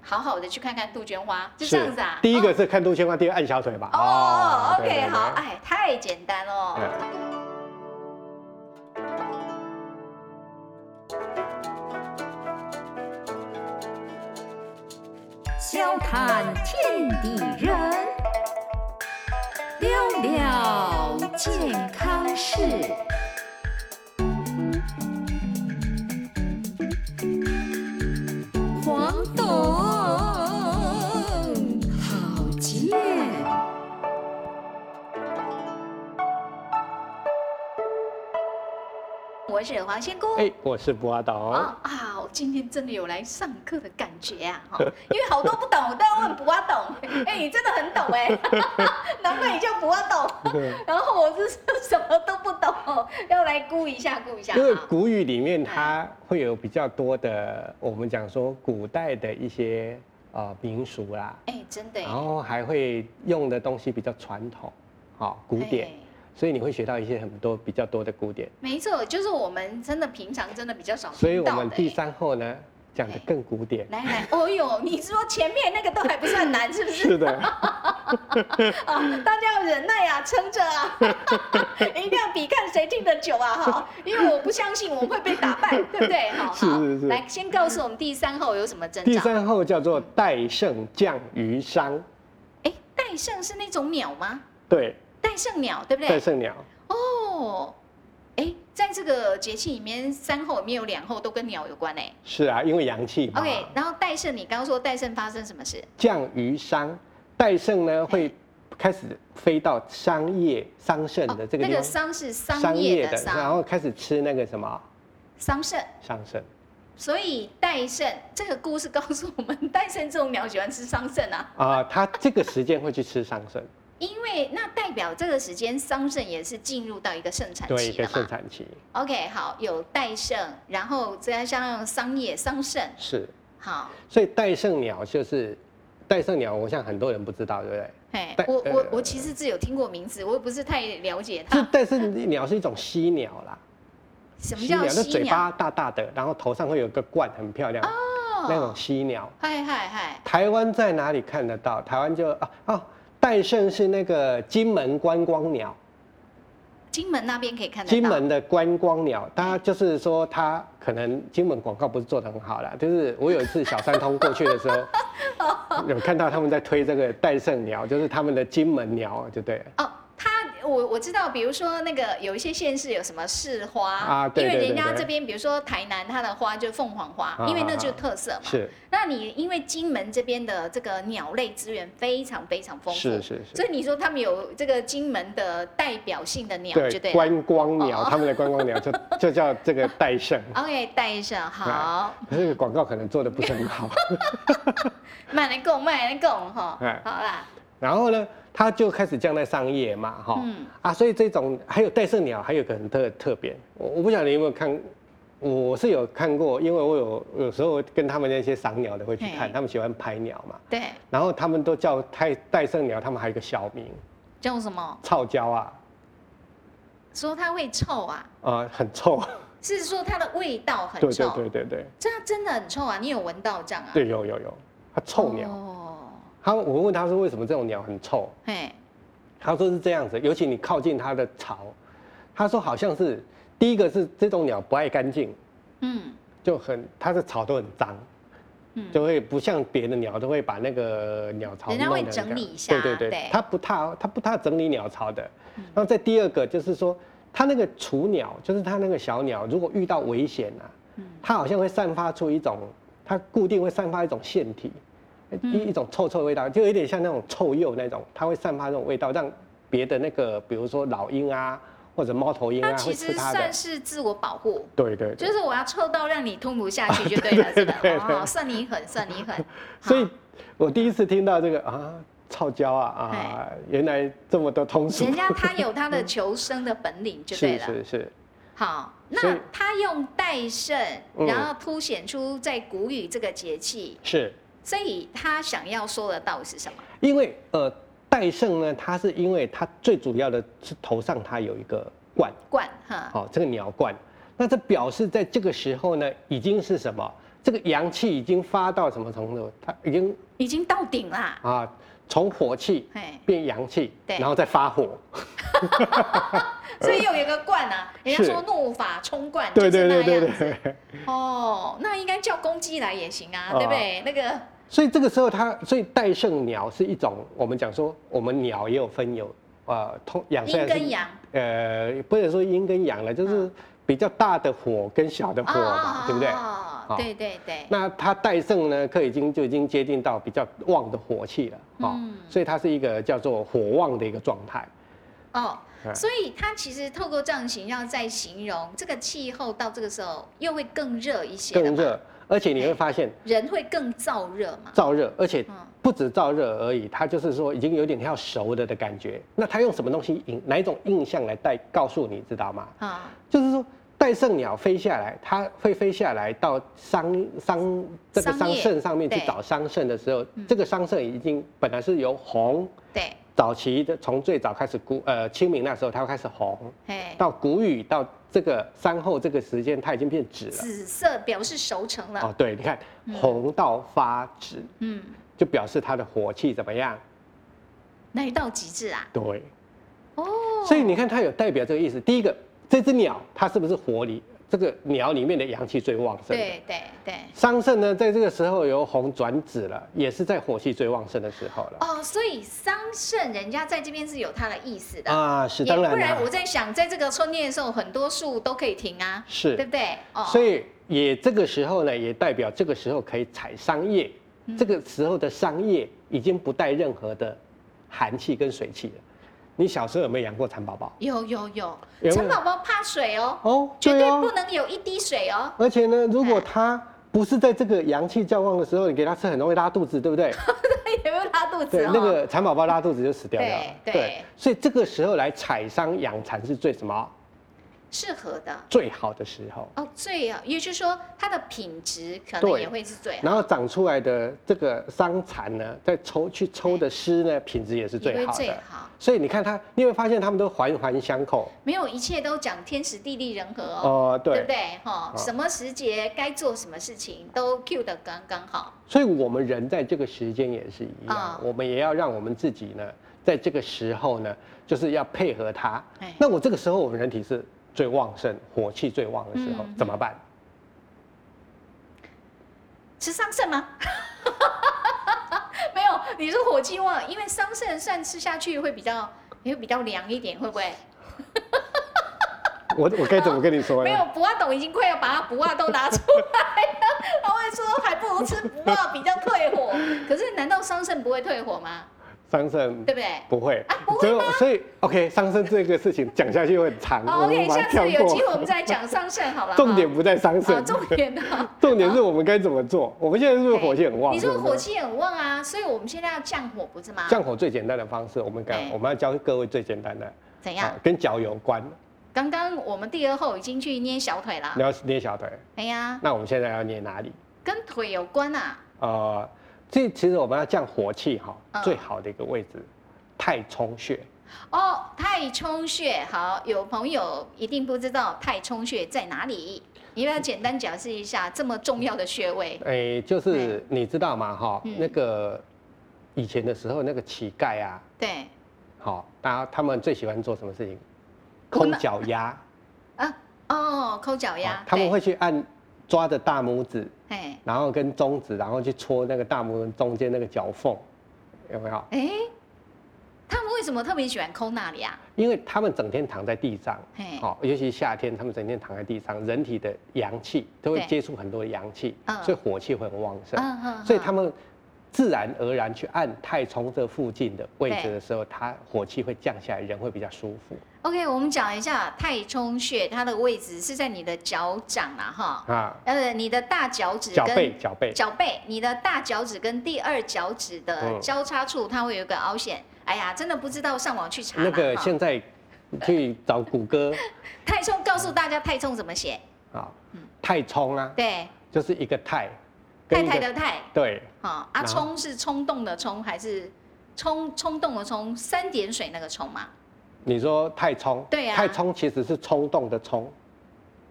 A: 好好的去看看杜鹃花，就这样子啊。
C: 第一
A: 哦
C: 个是看杜鹃花，第二个按小腿吧。啊
A: 哦
C: 对嗯
A: ，OK，
C: 对
A: 好，
C: 对
A: 哎，太简单哦。
D: 笑谈天地人，聊聊健康事。黄董好见。
A: 我是黄仙姑。
C: 哎，我是不阿哦董。
A: 啊啊！我今天真的有来上课的感觉啊，哈， 因为好多不懂，我都要问不阿懂。 哎、你真的很懂哎、 难怪你叫不阿懂。
C: 对
A: 然后我是什么都不懂，要来估一下估一下
C: 因为
A: 哈。
C: 古语里面它会有比较多的，我们讲说古代的一些呃民俗啦，
A: 哎、真的耶、
C: 然后还会用的东西比较传统，好古典
A: 哎，
C: 所以你会学到一些很多比较多的古典。
A: 没错，就是我们真的平常真的比较少
C: 所以
A: 听
C: 我
A: 到的耶、哎
C: 们第三后呢讲的更古典，
A: 来来，哦呦，你说前面那个都还不算难，是不是？
C: 是 的，
A: 啊，大家要忍耐啊，撑着啊， 一定要比看谁听得久啊，哈，因为我不相信我们会被打 败，对不对？好，好
C: 是是是
A: 来，先告诉我们第三后有什么征
C: 第
A: 兆？
C: 三后叫做戴胜降于商，
A: 哎，戴胜是那种鸟吗？
C: 对，
A: 戴胜鸟，对不
C: 戴
A: 对？
C: 胜鸟，
A: 哦，哎，在这个节气里面，三后里面有两后都跟鸟有关哎。
C: 是啊，因为阳气嘛。
A: OK，然后戴胜，你刚刚说戴胜发生什么事？
C: 降于商，戴胜呢会开始飞到商业商盛的这个
A: 哦那个
C: 地方，
A: 桑是商业的
C: 然
A: 桑，
C: 后开始吃那个什么
A: 桑葚。
C: 桑葚，
A: 所以戴胜这个故事告诉我们，戴胜这种鸟喜欢吃桑葚啊。
C: 啊，他这个时间会去吃桑葚，
A: 因为那代表这个时间，桑葚也是进入到一个盛产
C: 对一
A: 期
C: 个
A: 了
C: 盛
A: 嘛。
C: 产期
A: OK，好，有戴胜，然后再加上桑叶、桑葚，
C: 是，
A: 好，
C: 所以戴胜鸟就是戴胜鸟，我想很多人不知道，对不对？
A: 哎
C: 戴，
A: 我我
C: 呃
A: 我其实只有听过名字，我也不是太了解
C: 这
A: 它。
C: 戴胜鸟是一种犀鸟啦，
A: 什么叫
C: 就
A: 犀
C: 嘴
A: 鸟？
C: 巴大大的，然后头上会有一个冠，很漂亮，那种
A: 哦，
C: 犀鸟。
A: 嗨嗨嗨，
C: 台湾在哪里看得到？台湾就啊啊，戴胜是那个金门观光鸟，
A: 金门那边可以看得到。
C: 金门的观光鸟，它就是说它可能金门广告不是做得很好啦，就是我有一次小三通过去的时候， 有看到他们在推这个戴胜鸟，就是他们的金门鸟，就对了。
A: 哦，它我我知道，比如说那个有一些县市有什么市花
C: 啊对
A: 因为
C: 对
A: 人
C: 对
A: 家
C: 对
A: 这边比如说台南，它的花就是凤凰花，
C: 啊
A: 因为那
C: 啊
A: 就是
C: 啊
A: 特色嘛。
C: 是
A: 那你因为金门这边的这个鸟类资源非常非常丰富，
C: 是是
A: 所
C: 是，
A: 以你说他们有这个金门的代表性的鸟就对了。啊哦
C: 观光鸟，他们的观光 鸟就就叫这个戴胜。
A: OK，戴上好，
C: 这个广告可能做的不是很好，
A: 嗯慢来供，慢来供哈
C: 哎，
A: 好啦，
C: 然后呢，它就开始降在商业嘛，哈、
A: 嗯
C: 啊，所以这种还有戴胜鸟，还有一个很特特别，我我不晓得你有没有看，我是有看过，因为我有有时候跟他们那些赏鸟的会去
A: 嘿
C: 看，他们喜欢拍鸟嘛，
A: 对，
C: 然后他们都叫戴戴胜鸟，他们还有一个小名
A: 叫什么？
C: 臭椒啊，
A: 说它会臭啊，
C: 啊、很臭，
A: 是说它的味道很
C: 对对
A: 臭，
C: 对对对，
A: 这样真的很臭啊，你有闻到这样啊？，
C: 对有有有，它臭鸟，
A: 哦，
C: 他我问他说为什么这种鸟很臭，
A: 嘿，
C: 他说是这样子，尤其你靠近它的巢，他说好像是第一个是这种鸟不爱干净，
A: 嗯，
C: 就很它的巢都很脏，
A: 嗯
C: 就会不像别的鸟都会把那个鸟巢
A: 人家会
C: 弄得很
A: 整理
C: 干
A: 一下
C: 对对
A: 对嗯
C: 对，它不踏它不踏整理鸟巢的。然后再第二个就是说，它那个雏鸟，就是它那个小鸟，如果遇到危险啊，
A: 嗯
C: 它好像会散发出一种，它固定会散发一种腺体，
A: 嗯
C: 一一种臭臭的味道，就有点像那种臭鼬那种，它会散发这种味道，让别的那个比如说老鹰啊或者猫头鹰
A: 它
C: 啊
A: 其
C: 会吃
A: 实
C: 它的
A: 算。是自我保护，
C: 对对对
A: 就。是我要臭到让你吞不下去就对了，是的，
C: 对对
A: 哦，算你狠，算你狠，
C: 所以
A: 好
C: 我第一次听到这个啊，超交啊啊
A: 哎，
C: 原来这么多通俗
A: 人，家他有他的求生的本领就是对了，
C: 嗯是是，
A: 好，
C: 所
A: 那
C: 以
A: 他用代肾，
C: 嗯
A: 然后凸显出在谷雨这个节气，
C: 是
A: 所以他想要说的到底是什么？
C: 因为呃，戴胜呢，它是因为它最主要的是头上它有一个冠，哦
A: 冠哈，
C: 好、这个鸟冠，那这表示在这个时候呢，已经是什么？这个阳气已经发到什么程度？它已经
A: 已经到顶啦，
C: 啊，从火气
A: 哎，
C: 变阳气，
A: 对
C: 然后再发火，
A: 所以又有一个冠啊，人家
C: 呃是
A: 说怒发冲冠，
C: 对
A: 就是
C: 对
A: 那
C: 对
A: 样
C: 对
A: 子。
C: 对。
A: 哦，那应该叫公鸡来也行啊，
C: 哦
A: 对不对？那个
C: 所以这个时候它，所以戴胜鸟是一种我们讲说，我们鸟也有分有呃通养虽
A: 阴
C: 然
A: 跟
C: 是
A: 阳，
C: 呃不能说阴跟阳了，就是比较大的火跟小的火
A: 啊
C: 嘛，对不对？
A: 哦
C: 好
A: 对对对，
C: 那它戴胜呢，可已经就已经接近到比较旺的火气了，哦，
A: 嗯
C: 所以它是一个叫做火旺的一个状态。
A: 哦，
C: 哎
A: 所以它其实透过这样形象在形容这个气候，到这个时候又会更热一些，
C: 更，热，而且你会发现
A: 人会更燥热嘛。
C: 燥热，而且
A: 嗯
C: 不止燥热而已，它就是说已经有点要熟了的感觉。那它用什么东西引哪一种印象来带告诉你知道吗？
A: 啊，
C: 就是说戴胜鸟飞下来，它会飞下来到桑桑这个
A: 桑
C: 桑
A: 叶
C: 葚上面去
A: 对
C: 找桑葚的时候
A: 嗯，
C: 这个桑葚已经本来是由红
A: 对，
C: 早期的从最早开始古呃清明那时候它会开始红，
A: 哎，
C: 到谷雨到这个山后这个时间它已经变紫了。
A: 紫色表示熟成了，
C: 哦，对，你看红到发紫，
A: 嗯，
C: 就表示它的火气怎么样？
A: 那到极致啊，
C: 对，
A: 哦，
C: 所以你看它有代表这个意思。第一个，这只鸟它是不是火里这个鸟里面的阳气最旺盛？。
A: 对对对，
C: 桑葚呢，在这个时候由红转紫了，也是在火气最旺盛的时候了。
A: 哦，所以桑葚人家在这边是有它的意思哦的，
C: 啊，是
A: 也
C: 当
A: 不
C: 然
A: 然
C: 啦
A: 我，在想，在这个春天的时候，很多树都可以停啊，对
C: 是，
A: 不对？哦，
C: 所以也这个时候呢，也代表这个时候可以采桑叶。
A: 嗯
C: 这个时候的桑叶已经不带任何的寒气跟水气了。你小时候有没有养过蚕宝宝？
A: 有有有，
C: 有没有
A: 蚕宝宝怕水哦，
C: 哦，
A: 绝对
C: 哦
A: 不。能有一滴水哦。
C: 而且呢，如果
A: 哎
C: 它不是在这个阳气较旺的时候，你给它吃，很容易拉肚子，对不 对？啊
A: 有没有拉肚子
C: 对，
A: 哦？
C: 那个蚕宝宝拉肚子就死掉了。
A: 对对
C: 所以这个时候来采桑养蚕是最什么？
A: 适合的
C: 最好的时候，
A: 哦，最好，也就是说它的品质可能
C: 对
A: 也会是最好，
C: 然后长出来的这个桑蚕呢，在抽去抽的丝呢，品质也是
A: 也
C: 最
A: 会
C: 好
A: 最
C: 的。
A: 好。
C: 所以你看它，你会发现它们都环环相扣。
A: 没有一切都讲天时地利人和哦，
C: 哦、
A: 不
C: 对。
A: 对？哈、
C: 好
A: 什么时节该做什么事情都 Q 的刚刚好。
C: 所以我们人在这个时间也是一样
A: 啊，
C: 我们也要让我们自己呢，在这个时候呢，就是要配合它
A: 哎。
C: 那我这个时候，我们人体是最旺盛、火气最旺的时候
A: 嗯，
C: 怎么办？
A: 吃桑葚吗？ 没有，你是火鸡旺，因为桑葚算吃下去会比较也会比较凉一点，会不会？
C: 我我该怎么跟你说呢
A: 没？有，不二董已经快要把他不二都拿出来了，他会说还不如吃不二比较退火。 可是难道桑葚不会退火吗？
C: 桑葚
A: 对不对？
C: 不会
A: 啊不会，
C: 所以所以 OK，桑葚这个事情讲下去会很长，
A: 好，OK，哦
C: 把它
A: 下次
C: 跳
A: 有
C: 过
A: 机。会我们再来讲桑葚好了。
C: 重点
A: 哈
C: 不在
A: 好，
C: 桑葚，
A: 啊重点呢？
C: 重点是我们该怎么做。我们现在是不是火气很旺？
A: 哎你说
C: 对不对
A: 火气很旺啊，所以我们现在要降火，不是吗？
C: 降火最简单的方式，我们
A: 哎
C: 刚我们要教各位最简单的，
A: 怎
C: 啊
A: 样？
C: 跟脚有关，
A: 刚刚我们第二后已经去捏小腿了
C: 你，要捏小腿。
A: 哎呀，
C: 那我们现在要捏哪里？
A: 跟腿有关啊。
C: 呃，这其实我们要降火气哈
A: 嗯，
C: 最好的一个位置，太冲穴。
A: 哦，太冲穴，好，有朋友一定不知道太冲穴在哪里，你要不要简单解释一下这么重要的穴位？
C: 哎，就是你知道吗？哈
A: 嗯，
C: 那个以前的时候，那个乞丐啊，
A: 对，
C: 好，那他们最喜欢做什么事情？
A: 抠
C: 抠
A: 门
C: 脚丫，
A: 啊，哦，抠脚
C: 好
A: 丫，
C: 他们
A: 对
C: 会，去按抓着大拇指，
A: 哎，
C: 然后跟中指，然后去戳那个大拇指中间那个脚缝，有没有？
A: 哎，他们为什么特别喜欢抠那里啊？
C: 因为他们整天躺在地上，
A: 嘿，
C: 好、尤其夏天，他们整天躺在地上，人体的阳气都会
A: 对
C: 接触很多的阳气
A: 嗯，
C: 所以火气会很旺盛。
A: 嗯哼
C: 所以他们自然而然去按太冲这附近的位置
A: 对
C: 的时候，它火气会降下来，人会比较舒服
A: OK，我们讲一下太冲穴，它的位置是在你的脚掌啦，哈，
C: 啊。
A: 呃，你的大脚趾
C: 脚
A: 跟
C: 背，脚背，
A: 脚背，你的大脚趾跟第二脚趾的
C: 嗯
A: 交叉处，它会有一个凹陷。哎呀，真的不知道，上网去查啦
C: 那个
A: 哈
C: 现在去找谷歌
A: 太冲告诉大家太冲怎么写，
C: 啊，太冲啊，
A: 对，
C: 就是一个太，
A: 太
C: 一
A: 太
C: 个
A: 的太，
C: 对
A: 哈、啊，
C: 然后
A: 冲是冲动的冲还是冲冲动的冲？三点水那个冲嘛。
C: 你说太冲，
A: 对啊
C: 太冲其实是冲动的冲，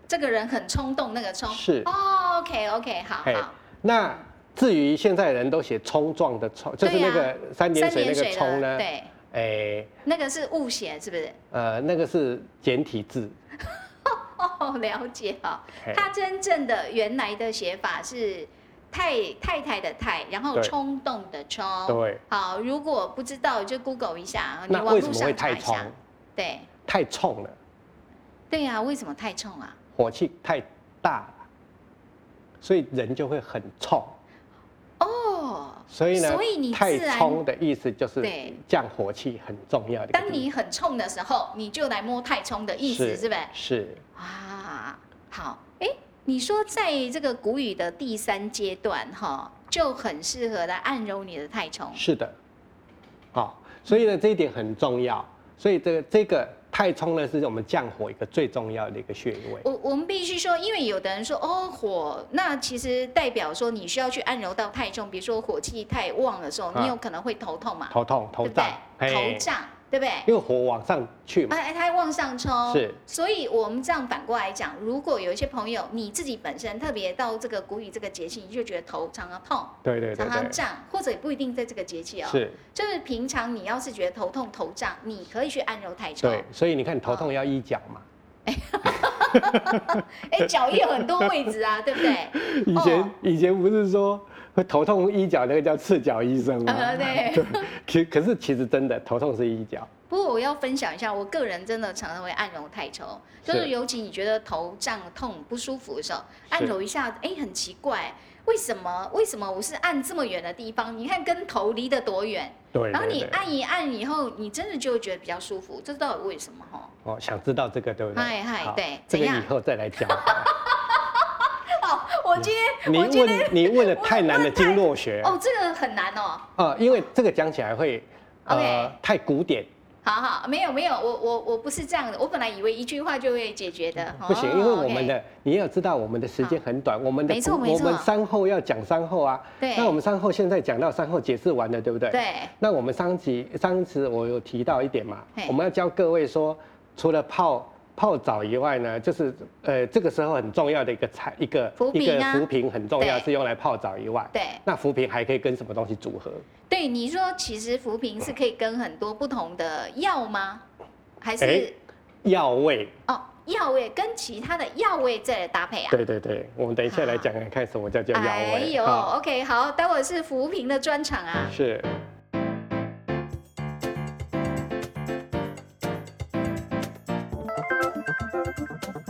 A: 这个人很冲动，那个冲
C: 是
A: 哦，OK OK，好
C: 嘿
A: 好，
C: 那至于现在人都写冲撞的冲，就是
A: 对啊
C: 那个三点水那个冲
A: 的
C: 呢？
A: 对，
C: 哎，
A: 那个是误写是不是？
C: 呃，那个是简体字。
A: 哦，了解哈。
C: 嘿
A: 它真正的原来的写法是太太太的太，然后
C: 对
A: 冲动的冲。
C: 对，
A: 好，如果不知道就 Google 一下，你
C: 那
A: 网
C: 为什
A: 络
C: 么会
A: 上查
C: 太
A: 一
C: 冲
A: 下？。对
C: 太冲了，
A: 对呀、为什么太冲啊？
C: 火气太大了，所以人就会很冲。
A: 哦，
C: 所以呢，
A: 所以你
C: 太
A: 自然
C: 冲的意思就是
A: 对
C: 降火气很重要的一个地方。
A: 当你很冲的时候，你就来摸太冲的意思，是不是？
C: 是
A: 啊，好，哎，你说在这个古语的第三阶段哈，就很适合来按揉你的太冲。
C: 是的，好、所以呢这一点很重要。所以这个这个太冲呢，是我们降火一个最重要的一个穴位。
A: 我我们必须说，因为有的人说哦火，那其实代表说你需要去按揉到太重，比如说火气太旺的时候，
C: 啊
A: 你有可能会头痛嘛，
C: 头痛、头
A: 对不对
C: 胀，？嘿
A: 头胀，对不对？
C: 因为火往上去嘛，
A: 哎哎，它往上冲，
C: 是。
A: 所以我们这样反过来讲，如果有一些朋友你自己本身特别到这个谷雨这个节气，你就觉得头常常痛，
C: 对对对
A: 常常
C: 对，
A: 胀，或者也不一定在这个节气哦，
C: 是，
A: 就是平常你要是觉得头痛头胀，你可以去按揉太冲
C: 对。，所以你看头
A: 哦
C: 痛要医脚嘛，
A: 哎，脚也有很多位置啊，对不对？
C: 以前、
A: 哦
C: 以前不是说会头痛医脚那个叫赤脚医生吗？
A: 啊对
C: 对，可可是其实真的头痛是医脚，
A: 不过我要分享一下，我个人真的常常会按揉太抽，就是
C: 是
A: 尤其你觉得头胀痛不舒服的时候，
C: 是
A: 按揉一下，哎，很奇怪，为什么？为什么我是按这么远的地方？你看跟头离得多远，
C: 对对对。
A: 然后你按一按以后，你真的就会觉得比较舒服，这到底为什么？哈，
C: 哦，想知道这个对不对？
A: 嗨嗨
C: 好
A: 对
C: 这
A: 怎
C: 个以
A: 样
C: 后再 来讲。
A: 哦，我今天
C: 你
A: 我觉得
C: 问你问了
A: 我
C: 太难的经络学
A: 哦，这个很难哦。
C: 啊，因为这个讲起来会呃
A: OK
C: 太古典，
A: 好好，没有没有，我我我不是这样的，我本来以为一句话就会解决的，
C: 不行，
A: 哦
C: 因为我
A: OK
C: 们的你也要知道我们的时间很短，我们的
A: 没错
C: 古
A: 没
C: 我
A: 错
C: 们三后要讲三后啊，
A: 对
C: 那我们三后现在讲到三后解释完了，对不对？。
A: 对
C: 那我们上集上次我有提到一点嘛
A: 嘿，
C: 我们要教各位说，除了泡泡澡以外呢，就是呃这个时候很重要的一个菜一个
A: 浮
C: 一
A: 萍
C: 个
A: 啊
C: 浮萍很重要，
A: 对
C: 是用来泡澡以外，
A: 对。
C: 那浮萍还可以跟什么东西组合？
A: 对，你说其实浮萍是可以跟很多不同的药吗？还是、
C: 哎药味，
A: 哦药味跟其他的药味再来搭配啊？
C: 对对对，我们等一下来讲讲看什么叫叫药味。
A: 哎呦、
C: 好
A: o k 好，待会是浮萍的专场啊。
C: 是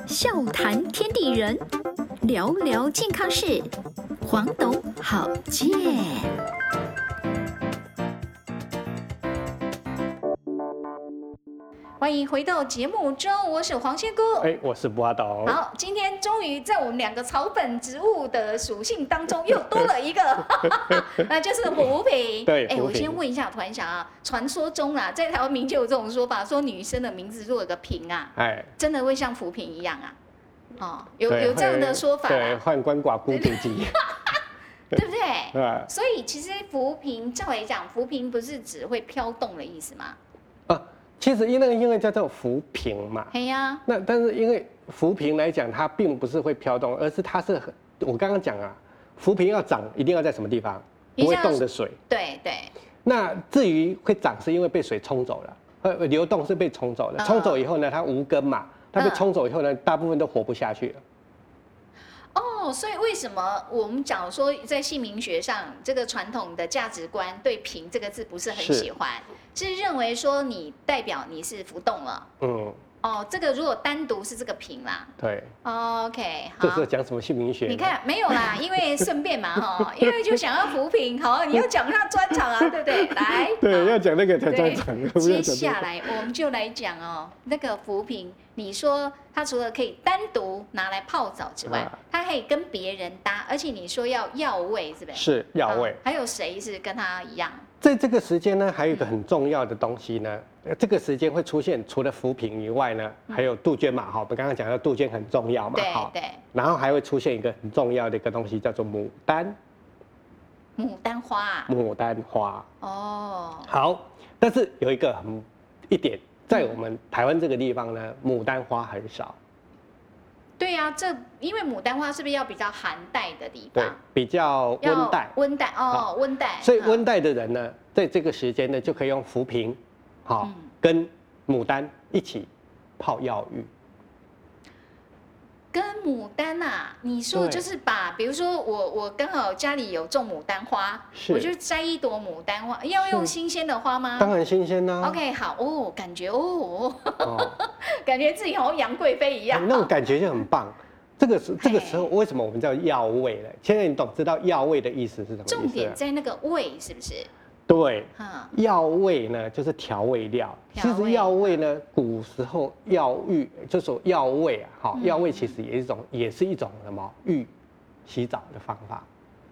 D: 笑谈天地人，聊聊健康事。黄董好健，
A: 欢迎回到节目中，我是黄仙姑。
C: 哎，我是不阿董。
A: 好，今天终于在我们两个草本植物的属性当中又多了 一个， 那就是浮萍。
C: 对
A: 哎、
C: 浮萍
A: 我先问一下，突然想啊，传说中啦，在台湾民间有这种说法，说女生的名字如果有个萍啊，
C: 哎，
A: 真的会像浮萍一样啊？哦，有
C: 对
A: 有这样的
C: 会
A: 说法
C: 对，
A: 啦，
C: 患鳏寡孤独 疾，
A: 对不对？
C: 啊
A: 所以其实浮萍，照理讲，浮萍不是只会飘动的意思吗？
C: 啊，其实因那个因为叫做浮萍嘛，
A: 嘿呀、
C: 那但是因为浮萍来讲，它并不是会飘动，而是它是很，我刚刚讲啊，浮萍要长一定要在什么地方
A: 一
C: 不
A: 定
C: 会
A: 要
C: 动的水。
A: 对对，
C: 那至于会长，是因为被水冲走了，呃，流动是被冲走的。
A: 嗯
C: 冲走以后呢，它无根嘛，它被
A: 嗯
C: 冲走以后呢，大部分都活不下去了。
A: 哦，所以为什么我们讲说在姓名学上，这个传统的价值观对“平”这个字不是很
C: 是
A: 喜欢，是认为说你代表你是浮动了。
C: 嗯，
A: 哦，这个如果单独是这个平啦哦
C: 对，
A: ，OK，
C: 这是
A: 好，
C: 讲什么姓名学？
A: 你，看没有啦，因为顺便嘛哈，因为就想要扶贫， 好，你要讲他专场啊，对不对？来，
C: 对，要
A: 好
C: 讲那个才专
A: 啊对
C: 场，不
A: 接
C: 要讲这
A: 下
C: 个。
A: 来我们就来讲哦，那个扶贫，你说它除了可以单独拿来泡澡之外
C: 啊，
A: 它还可以跟别人搭，而且你说要药味，是不是？
C: 是药味
A: 啊。还有谁是跟他一样？
C: 在这个时间呢，还有一
A: 嗯
C: 个很重要的东西呢，呃这个时间会出现除了浮萍以外呢，还有杜鹃嘛，哈，我们刚刚讲到杜鹃很重要嘛，
A: 嗯对
C: 哈，
A: 对，
C: 然后还会出现一个很重要的一个东西，叫做牡丹，
A: 牡丹花啊，
C: 牡丹花。
A: 哦，
C: 好，但是有一个很一点，在我们台湾这个地方呢，牡丹花很少，
A: 对呀，这因为牡丹花是不是要比较寒带的地
C: 对
A: 方？，
C: 比较温
A: 啊要
C: 带，
A: 温带哦
C: 好，
A: 温带，
C: 所以
A: 嗯
C: 温带的人呢，在这个时间呢，就可以用浮萍，好
A: 嗯，
C: 跟牡丹一起泡药浴。
A: 跟牡丹呐、啊，你说的
C: 对
A: 就是把，比如说我我刚好家里有种牡丹花，
C: 是
A: 我就摘一朵牡丹花，要用
C: 是
A: 新鲜的花吗？
C: 当然新鲜啦、
A: 啊 OK，好哦，感觉哦，
C: 哦，
A: 感觉自己好像杨贵妃一样。
C: 哎那种感觉就很棒。这个时这个时候
A: 嘿
C: 为什么我们叫药味呢？现在你懂知道药味的意思是什么意思了？
A: 啊
C: 啊
A: 重点在那个味是不是？
C: 对，
A: 嗯，
C: 药味呢就是调味料。
A: 调
C: 其
A: 味嗯
C: 实药味呢，古时候药浴这种药味啊，哈，
A: 嗯
C: 药味其实也是一种也是一种什么浴洗澡的方法。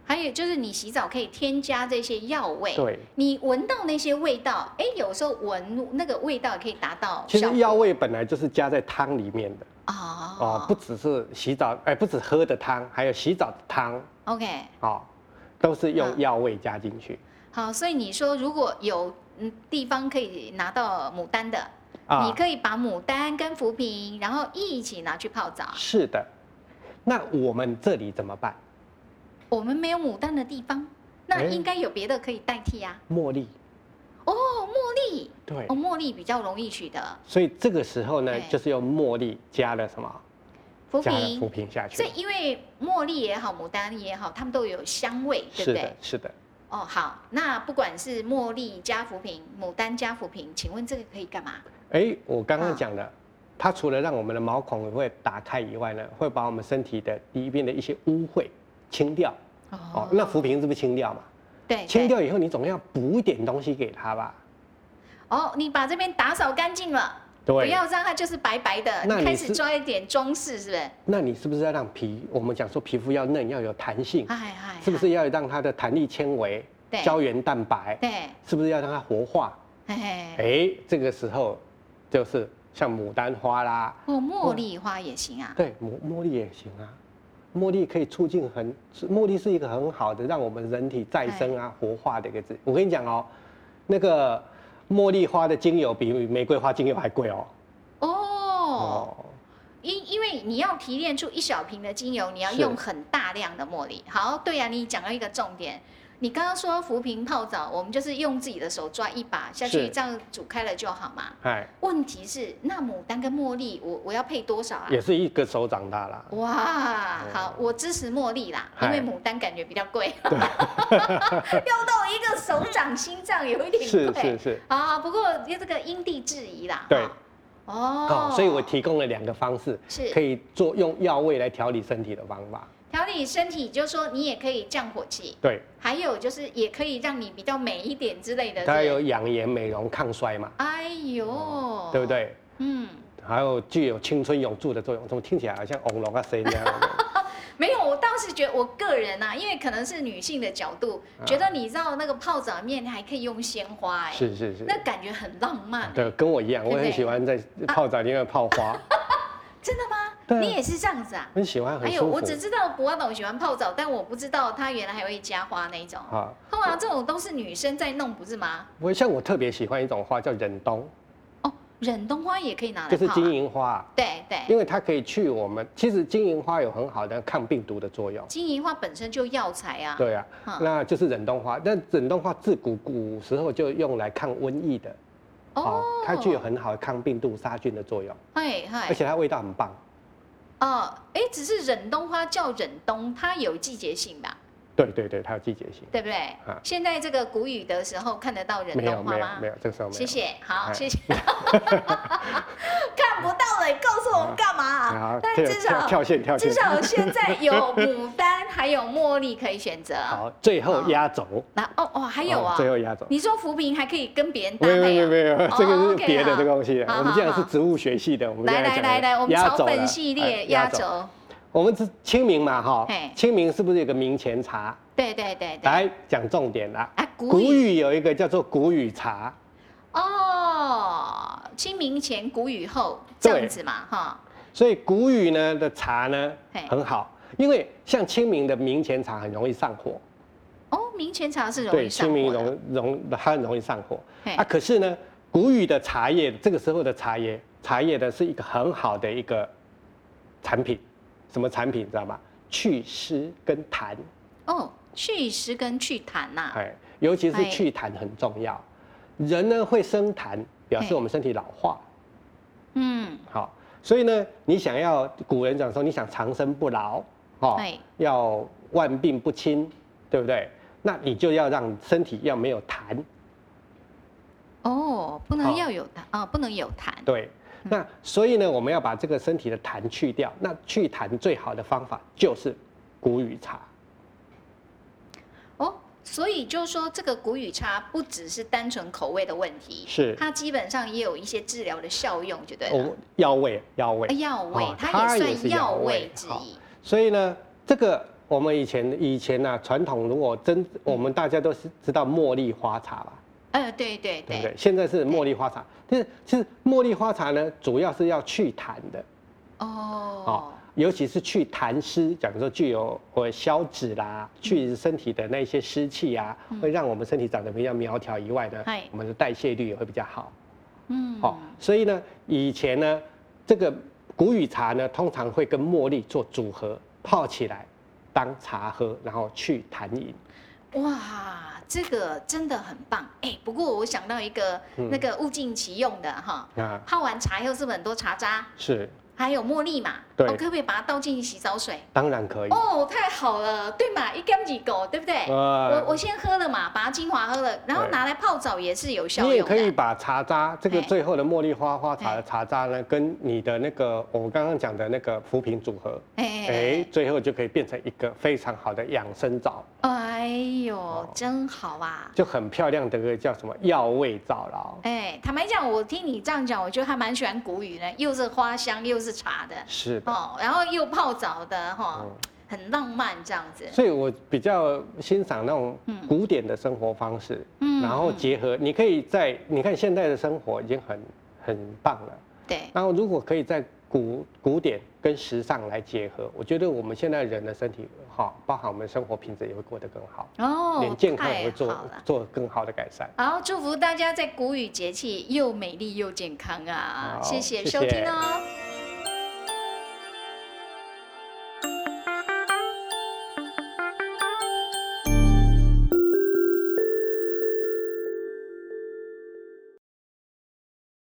A: 还有就是你洗澡可以添加这些药味，
C: 对，
A: 你闻到那些味道，哎，有时候闻那个味道也可以达到
C: 其
A: 效
C: 实
A: 果
C: 药味本来就是加在汤里面的哦
A: 哦，
C: 不只是洗澡，哎，不止喝的汤，还有洗澡的汤
A: OK，
C: 哦，都是用
A: 嗯
C: 药味加进去。
A: 好，所以你说如果有嗯地方可以拿到牡丹的，
C: 啊
A: 你可以把牡丹跟浮萍，然后一起拿去泡澡。
C: 是的，那我们这里怎么办？
A: 我们没有牡丹的地方，那
C: 哎
A: 应该有别的可以代替啊。
C: 茉莉，
A: 哦，茉莉，
C: 对
A: 哦，，茉莉比较容易取得
C: 所以这个时候呢
A: 对，
C: 就是用茉莉加了什么？
A: 浮
C: 加了浮
A: 萍。
C: 萍下去
A: 所以。因为茉莉也好，牡丹也好，它们都有香味，对
C: 是
A: 不
C: 的
A: 对？，
C: 是的。
A: 哦，好，那不管是茉莉加浮萍、牡丹加浮萍，请问这个可以干嘛？
C: 哎，我刚
A: 啊
C: 刚讲的，它除了让我们的毛孔会打开以外呢，会把我们身体的里面的一些污秽清掉。哦，那浮萍是不是清掉嘛？
A: 对，
C: 清
A: 对
C: 掉以后，你总要补一点东西给它吧？
A: 哦，你把这边打扫干净了。不
C: 对。
A: 要让它就是白白的，
C: 那
A: 你开
C: 你
A: 始
C: 是嗯
A: 抓一点装饰，是不是？
C: 那你是不是要让皮？我们讲说皮肤要嫩，要有弹性，
A: 嗨嗨，
C: 是不是要让它的弹力纤维
A: 哎对、
C: 胶原蛋白
A: 嗨？对，
C: 是不是要让它活化？
A: 嘿嘿，
C: 哎，这个时候就是像牡丹花啦，
A: 或哦茉莉花也行啊。
C: 对，茉茉莉也行啊。茉莉可以促进很，茉莉是一个很好的让我们人体再生
A: 哎
C: 啊、活化的一个字。我跟你讲哦，那个茉莉花的精油比玫瑰花精油还贵哦。
A: 哦，
C: 哦，
A: 因因为你要提炼出一小瓶的精油，你要
C: 是
A: 用很大量的茉莉。好，对呀、你讲到一个重点，你刚刚说浮萍泡澡，我们就是用自己的手抓一把下去，
C: 是
A: 这样煮开了就好嘛。
C: 哎，
A: 问题是，那牡丹跟茉莉，我我要配多少啊？
C: 也是一个手掌大啦。
A: 哇，好，我支持茉莉啦，因
C: 嗨
A: 为牡丹感觉比较贵，用 到一个手掌心脏有一点
C: 是是
A: 贵
C: 是，
A: 啊。不过这个因地制宜啦，
C: 对
A: 哈。哦
C: 哦，，所以我提供了两个方式，
A: 是
C: 可以做用药味来调理身体的方法。
A: 调理身体，就是说你也可以降火气，
C: 对，
A: 还有就是也可以让你比较美一点之类的。
C: 它
A: 是
C: 有养颜美容、抗衰嘛，
A: 哎呦，
C: 对不？对？
A: 嗯，
C: 还有具有青春永驻的作用，怎么听起来好像红龙啊谁那样 的？
A: 没有，我倒是觉得我个人啊，因为可能是女性的角度，
C: 啊
A: 觉得你知道那个泡澡面还可以用鲜花，哎，
C: 是是是，
A: 那感觉很浪漫。啊
C: 对，跟我一样，
A: 对不
C: 我
A: 对啊
C: 很喜欢在泡澡里面泡花，
A: 真的吗？
C: 对啊
A: 你也是这样子啊？
C: 很喜欢，
A: 哎
C: 很
A: 呦，
C: 舒
A: 我
C: 服
A: 只。知道博阿董喜欢泡澡，但我不知道他原来还会加花那一种。
C: 啊，
A: 通常这种都是女生在弄，不是吗？
C: 我像我特别喜欢一种花叫忍冬，
A: 哦，忍冬花也可以拿来泡、
C: 就
A: 啊。
C: 是金银花啊，
A: 对对，
C: 因为它可以去我们，其实金银花有很好的抗病毒的作用。
A: 金银花本身就药材啊。
C: 对啊
A: 嗯，
C: 那就是忍冬花。但忍冬花自古古时候就用来抗瘟疫的，
A: 哦
C: 它具有很好的抗病毒、杀菌的作用，
A: 嗨嗨
C: 而且它味道很棒。
A: 哦，哎，只是忍冬花叫忍冬，它有季节性吧？
C: 对对对，它有季节性。
A: 对不对？
C: 啊
A: 现在这个谷雨的时候看得到忍
C: 没有
A: 冬花
C: 没有
A: 吗
C: 没？有，这个时候没有。
A: 谢谢，好，
C: 哎
A: 谢谢。 看不到了，你告诉我们干嘛
C: 哎。
A: 啊
C: 好，？
A: 但
C: 跳
A: 至
C: 跳
A: 少
C: 跳线跳线。
A: 至少现在有牡丹还有茉莉可以选择。
C: 好，最后压轴。
A: 那哦哦，嗯还有
C: 哦
A: 啊，
C: 最后压轴。
A: 你说扶贫还可以跟别人搭
C: 没有没
A: 配
C: 有
A: 啊？
C: 没有，
A: 哦
C: 这个是
A: OK，
C: 别的
A: 好
C: 这个东西。
A: 好
C: 我们现在
A: 好
C: 是植物学系的，我们
A: 来
C: 现在
A: 来
C: 讲
A: 来来，我们
C: 压
A: 草
C: 轴了
A: 本系列
C: 哎
A: 压
C: 轴。
A: 轴，
C: 我们是清明嘛哈
A: 嘿，
C: 清明是不是有个明前茶？
A: 对对对对。
C: 来讲重点啦。
A: 啊，古
C: 古
A: 语
C: 语有一个叫做古语茶，
A: 哦，清明前古语后这样子嘛，哈，
C: 所以古语呢的茶呢
A: 嘿
C: 很好，因为像清明的明前茶很容易上火，
A: 哦，明前茶是容
C: 对，
A: 易上
C: 清明
A: 火的，
C: 容容它很容易上火
A: 嘿
C: 啊。可是呢，古语的茶叶这个时候的茶叶，茶叶呢是一个很好的一个产品，什么产品你知道吗？去湿跟痰，
A: 哦，祛湿跟祛痰呐、
C: 哎，尤其是
A: 哎
C: 去痰很重要。人呢会生痰，表示
A: 嘿
C: 我们身体老化。
A: 嗯，
C: 好，所以呢，你想要古人讲说，你想长生不老，哦
A: 对，
C: 要万病不侵，对不对？那你就要让身体要没有痰，
A: 哦，不能
C: 好
A: 要有痰啊、哦，不能有痰，
C: 对。
A: 嗯
C: 那所以呢，我们要把这个身体的痰去掉。那去痰最好的方法就是古语茶，
A: 哦，所以就说这个谷雨茶不只是单纯口味的问题，
C: 是
A: 它基本上也有一些治疗的效用，就对了
C: 哦，，药味，药味
A: 哎。药味、
C: 哦
A: 它
C: 它
A: 也
C: 也
A: 算
C: 是药
A: 药味
C: 味
A: 之
C: 好
A: 一，
C: 所以呢，这个我们以前以前呢、啊，传统如果真我们大家都是知道茉莉花茶吧，
A: 呃，对对
C: 对
A: 对，
C: 不对？现在是茉莉花茶，但是其实茉莉花茶呢，主要是要去痰的。
A: 哦
C: 哦，，尤其是去痰湿，讲说具有呃消脂啦，去身体的那些湿气啊，会让我们身体长得比较苗条以外呢
A: 嗨，
C: 我们的代谢率也会比较好。
A: 嗯，
C: 哦，所以呢，以前呢，这个古语茶呢，通常会跟茉莉做组合，泡起来当茶喝，然后去痰饮。
A: 哇，这个真的很棒哎、不过我想到一个、
C: 嗯
A: 那个物尽其用的哈，
C: 啊，
A: 泡完茶以后是不是很多茶渣，
C: 是，
A: 还有茉莉嘛？
C: 对
A: 哦可不可以把它倒进洗澡水？
C: 当然可以。
A: 哦，太好了，对嘛，一干几狗，对不对？
C: 呃
A: 我我先喝了嘛，把它精华喝了，然后
C: 对
A: 拿来泡澡也是有效
C: 你也
A: 用
C: 可以
A: 的。
C: 把茶渣，这个
A: 哎
C: 最后的茉莉花花茶
A: 哎
C: 的茶渣呢，跟你的那个我们刚刚讲的那个浮萍组合，
A: 哎
C: 哎，最后就可以变成一个非常好的养生皂，
A: 哎呦，
C: 哦
A: 真好啊！
C: 就很漂亮的一个叫什么药味皂了哦。
A: 哎，坦白讲，我听你这样讲，我觉得还蛮喜欢古语的，又是花香，又是茶的，
C: 是的，
A: 哦，然后又泡澡的，哈、
C: 嗯
A: 很浪漫这样子。
C: 所以我比较欣赏那种
A: 嗯
C: 古典的生活方式，
A: 嗯
C: 然后
A: 嗯
C: 结合你可以在你看现在的生活已经很很棒了，
A: 对，
C: 然后如果可以在古古典跟时尚来结合，我觉得我们现在人的身体哈，包含我们生活品质也会过得更好，
A: 哦，
C: 连健康也会
A: 太
C: 做
A: 好了。
C: 做更好的改善。
A: 好，祝福大家在谷雨节气又美丽又健康啊！
C: 好
A: 谢谢
C: 谢
A: 收听
C: 谢
A: 哦。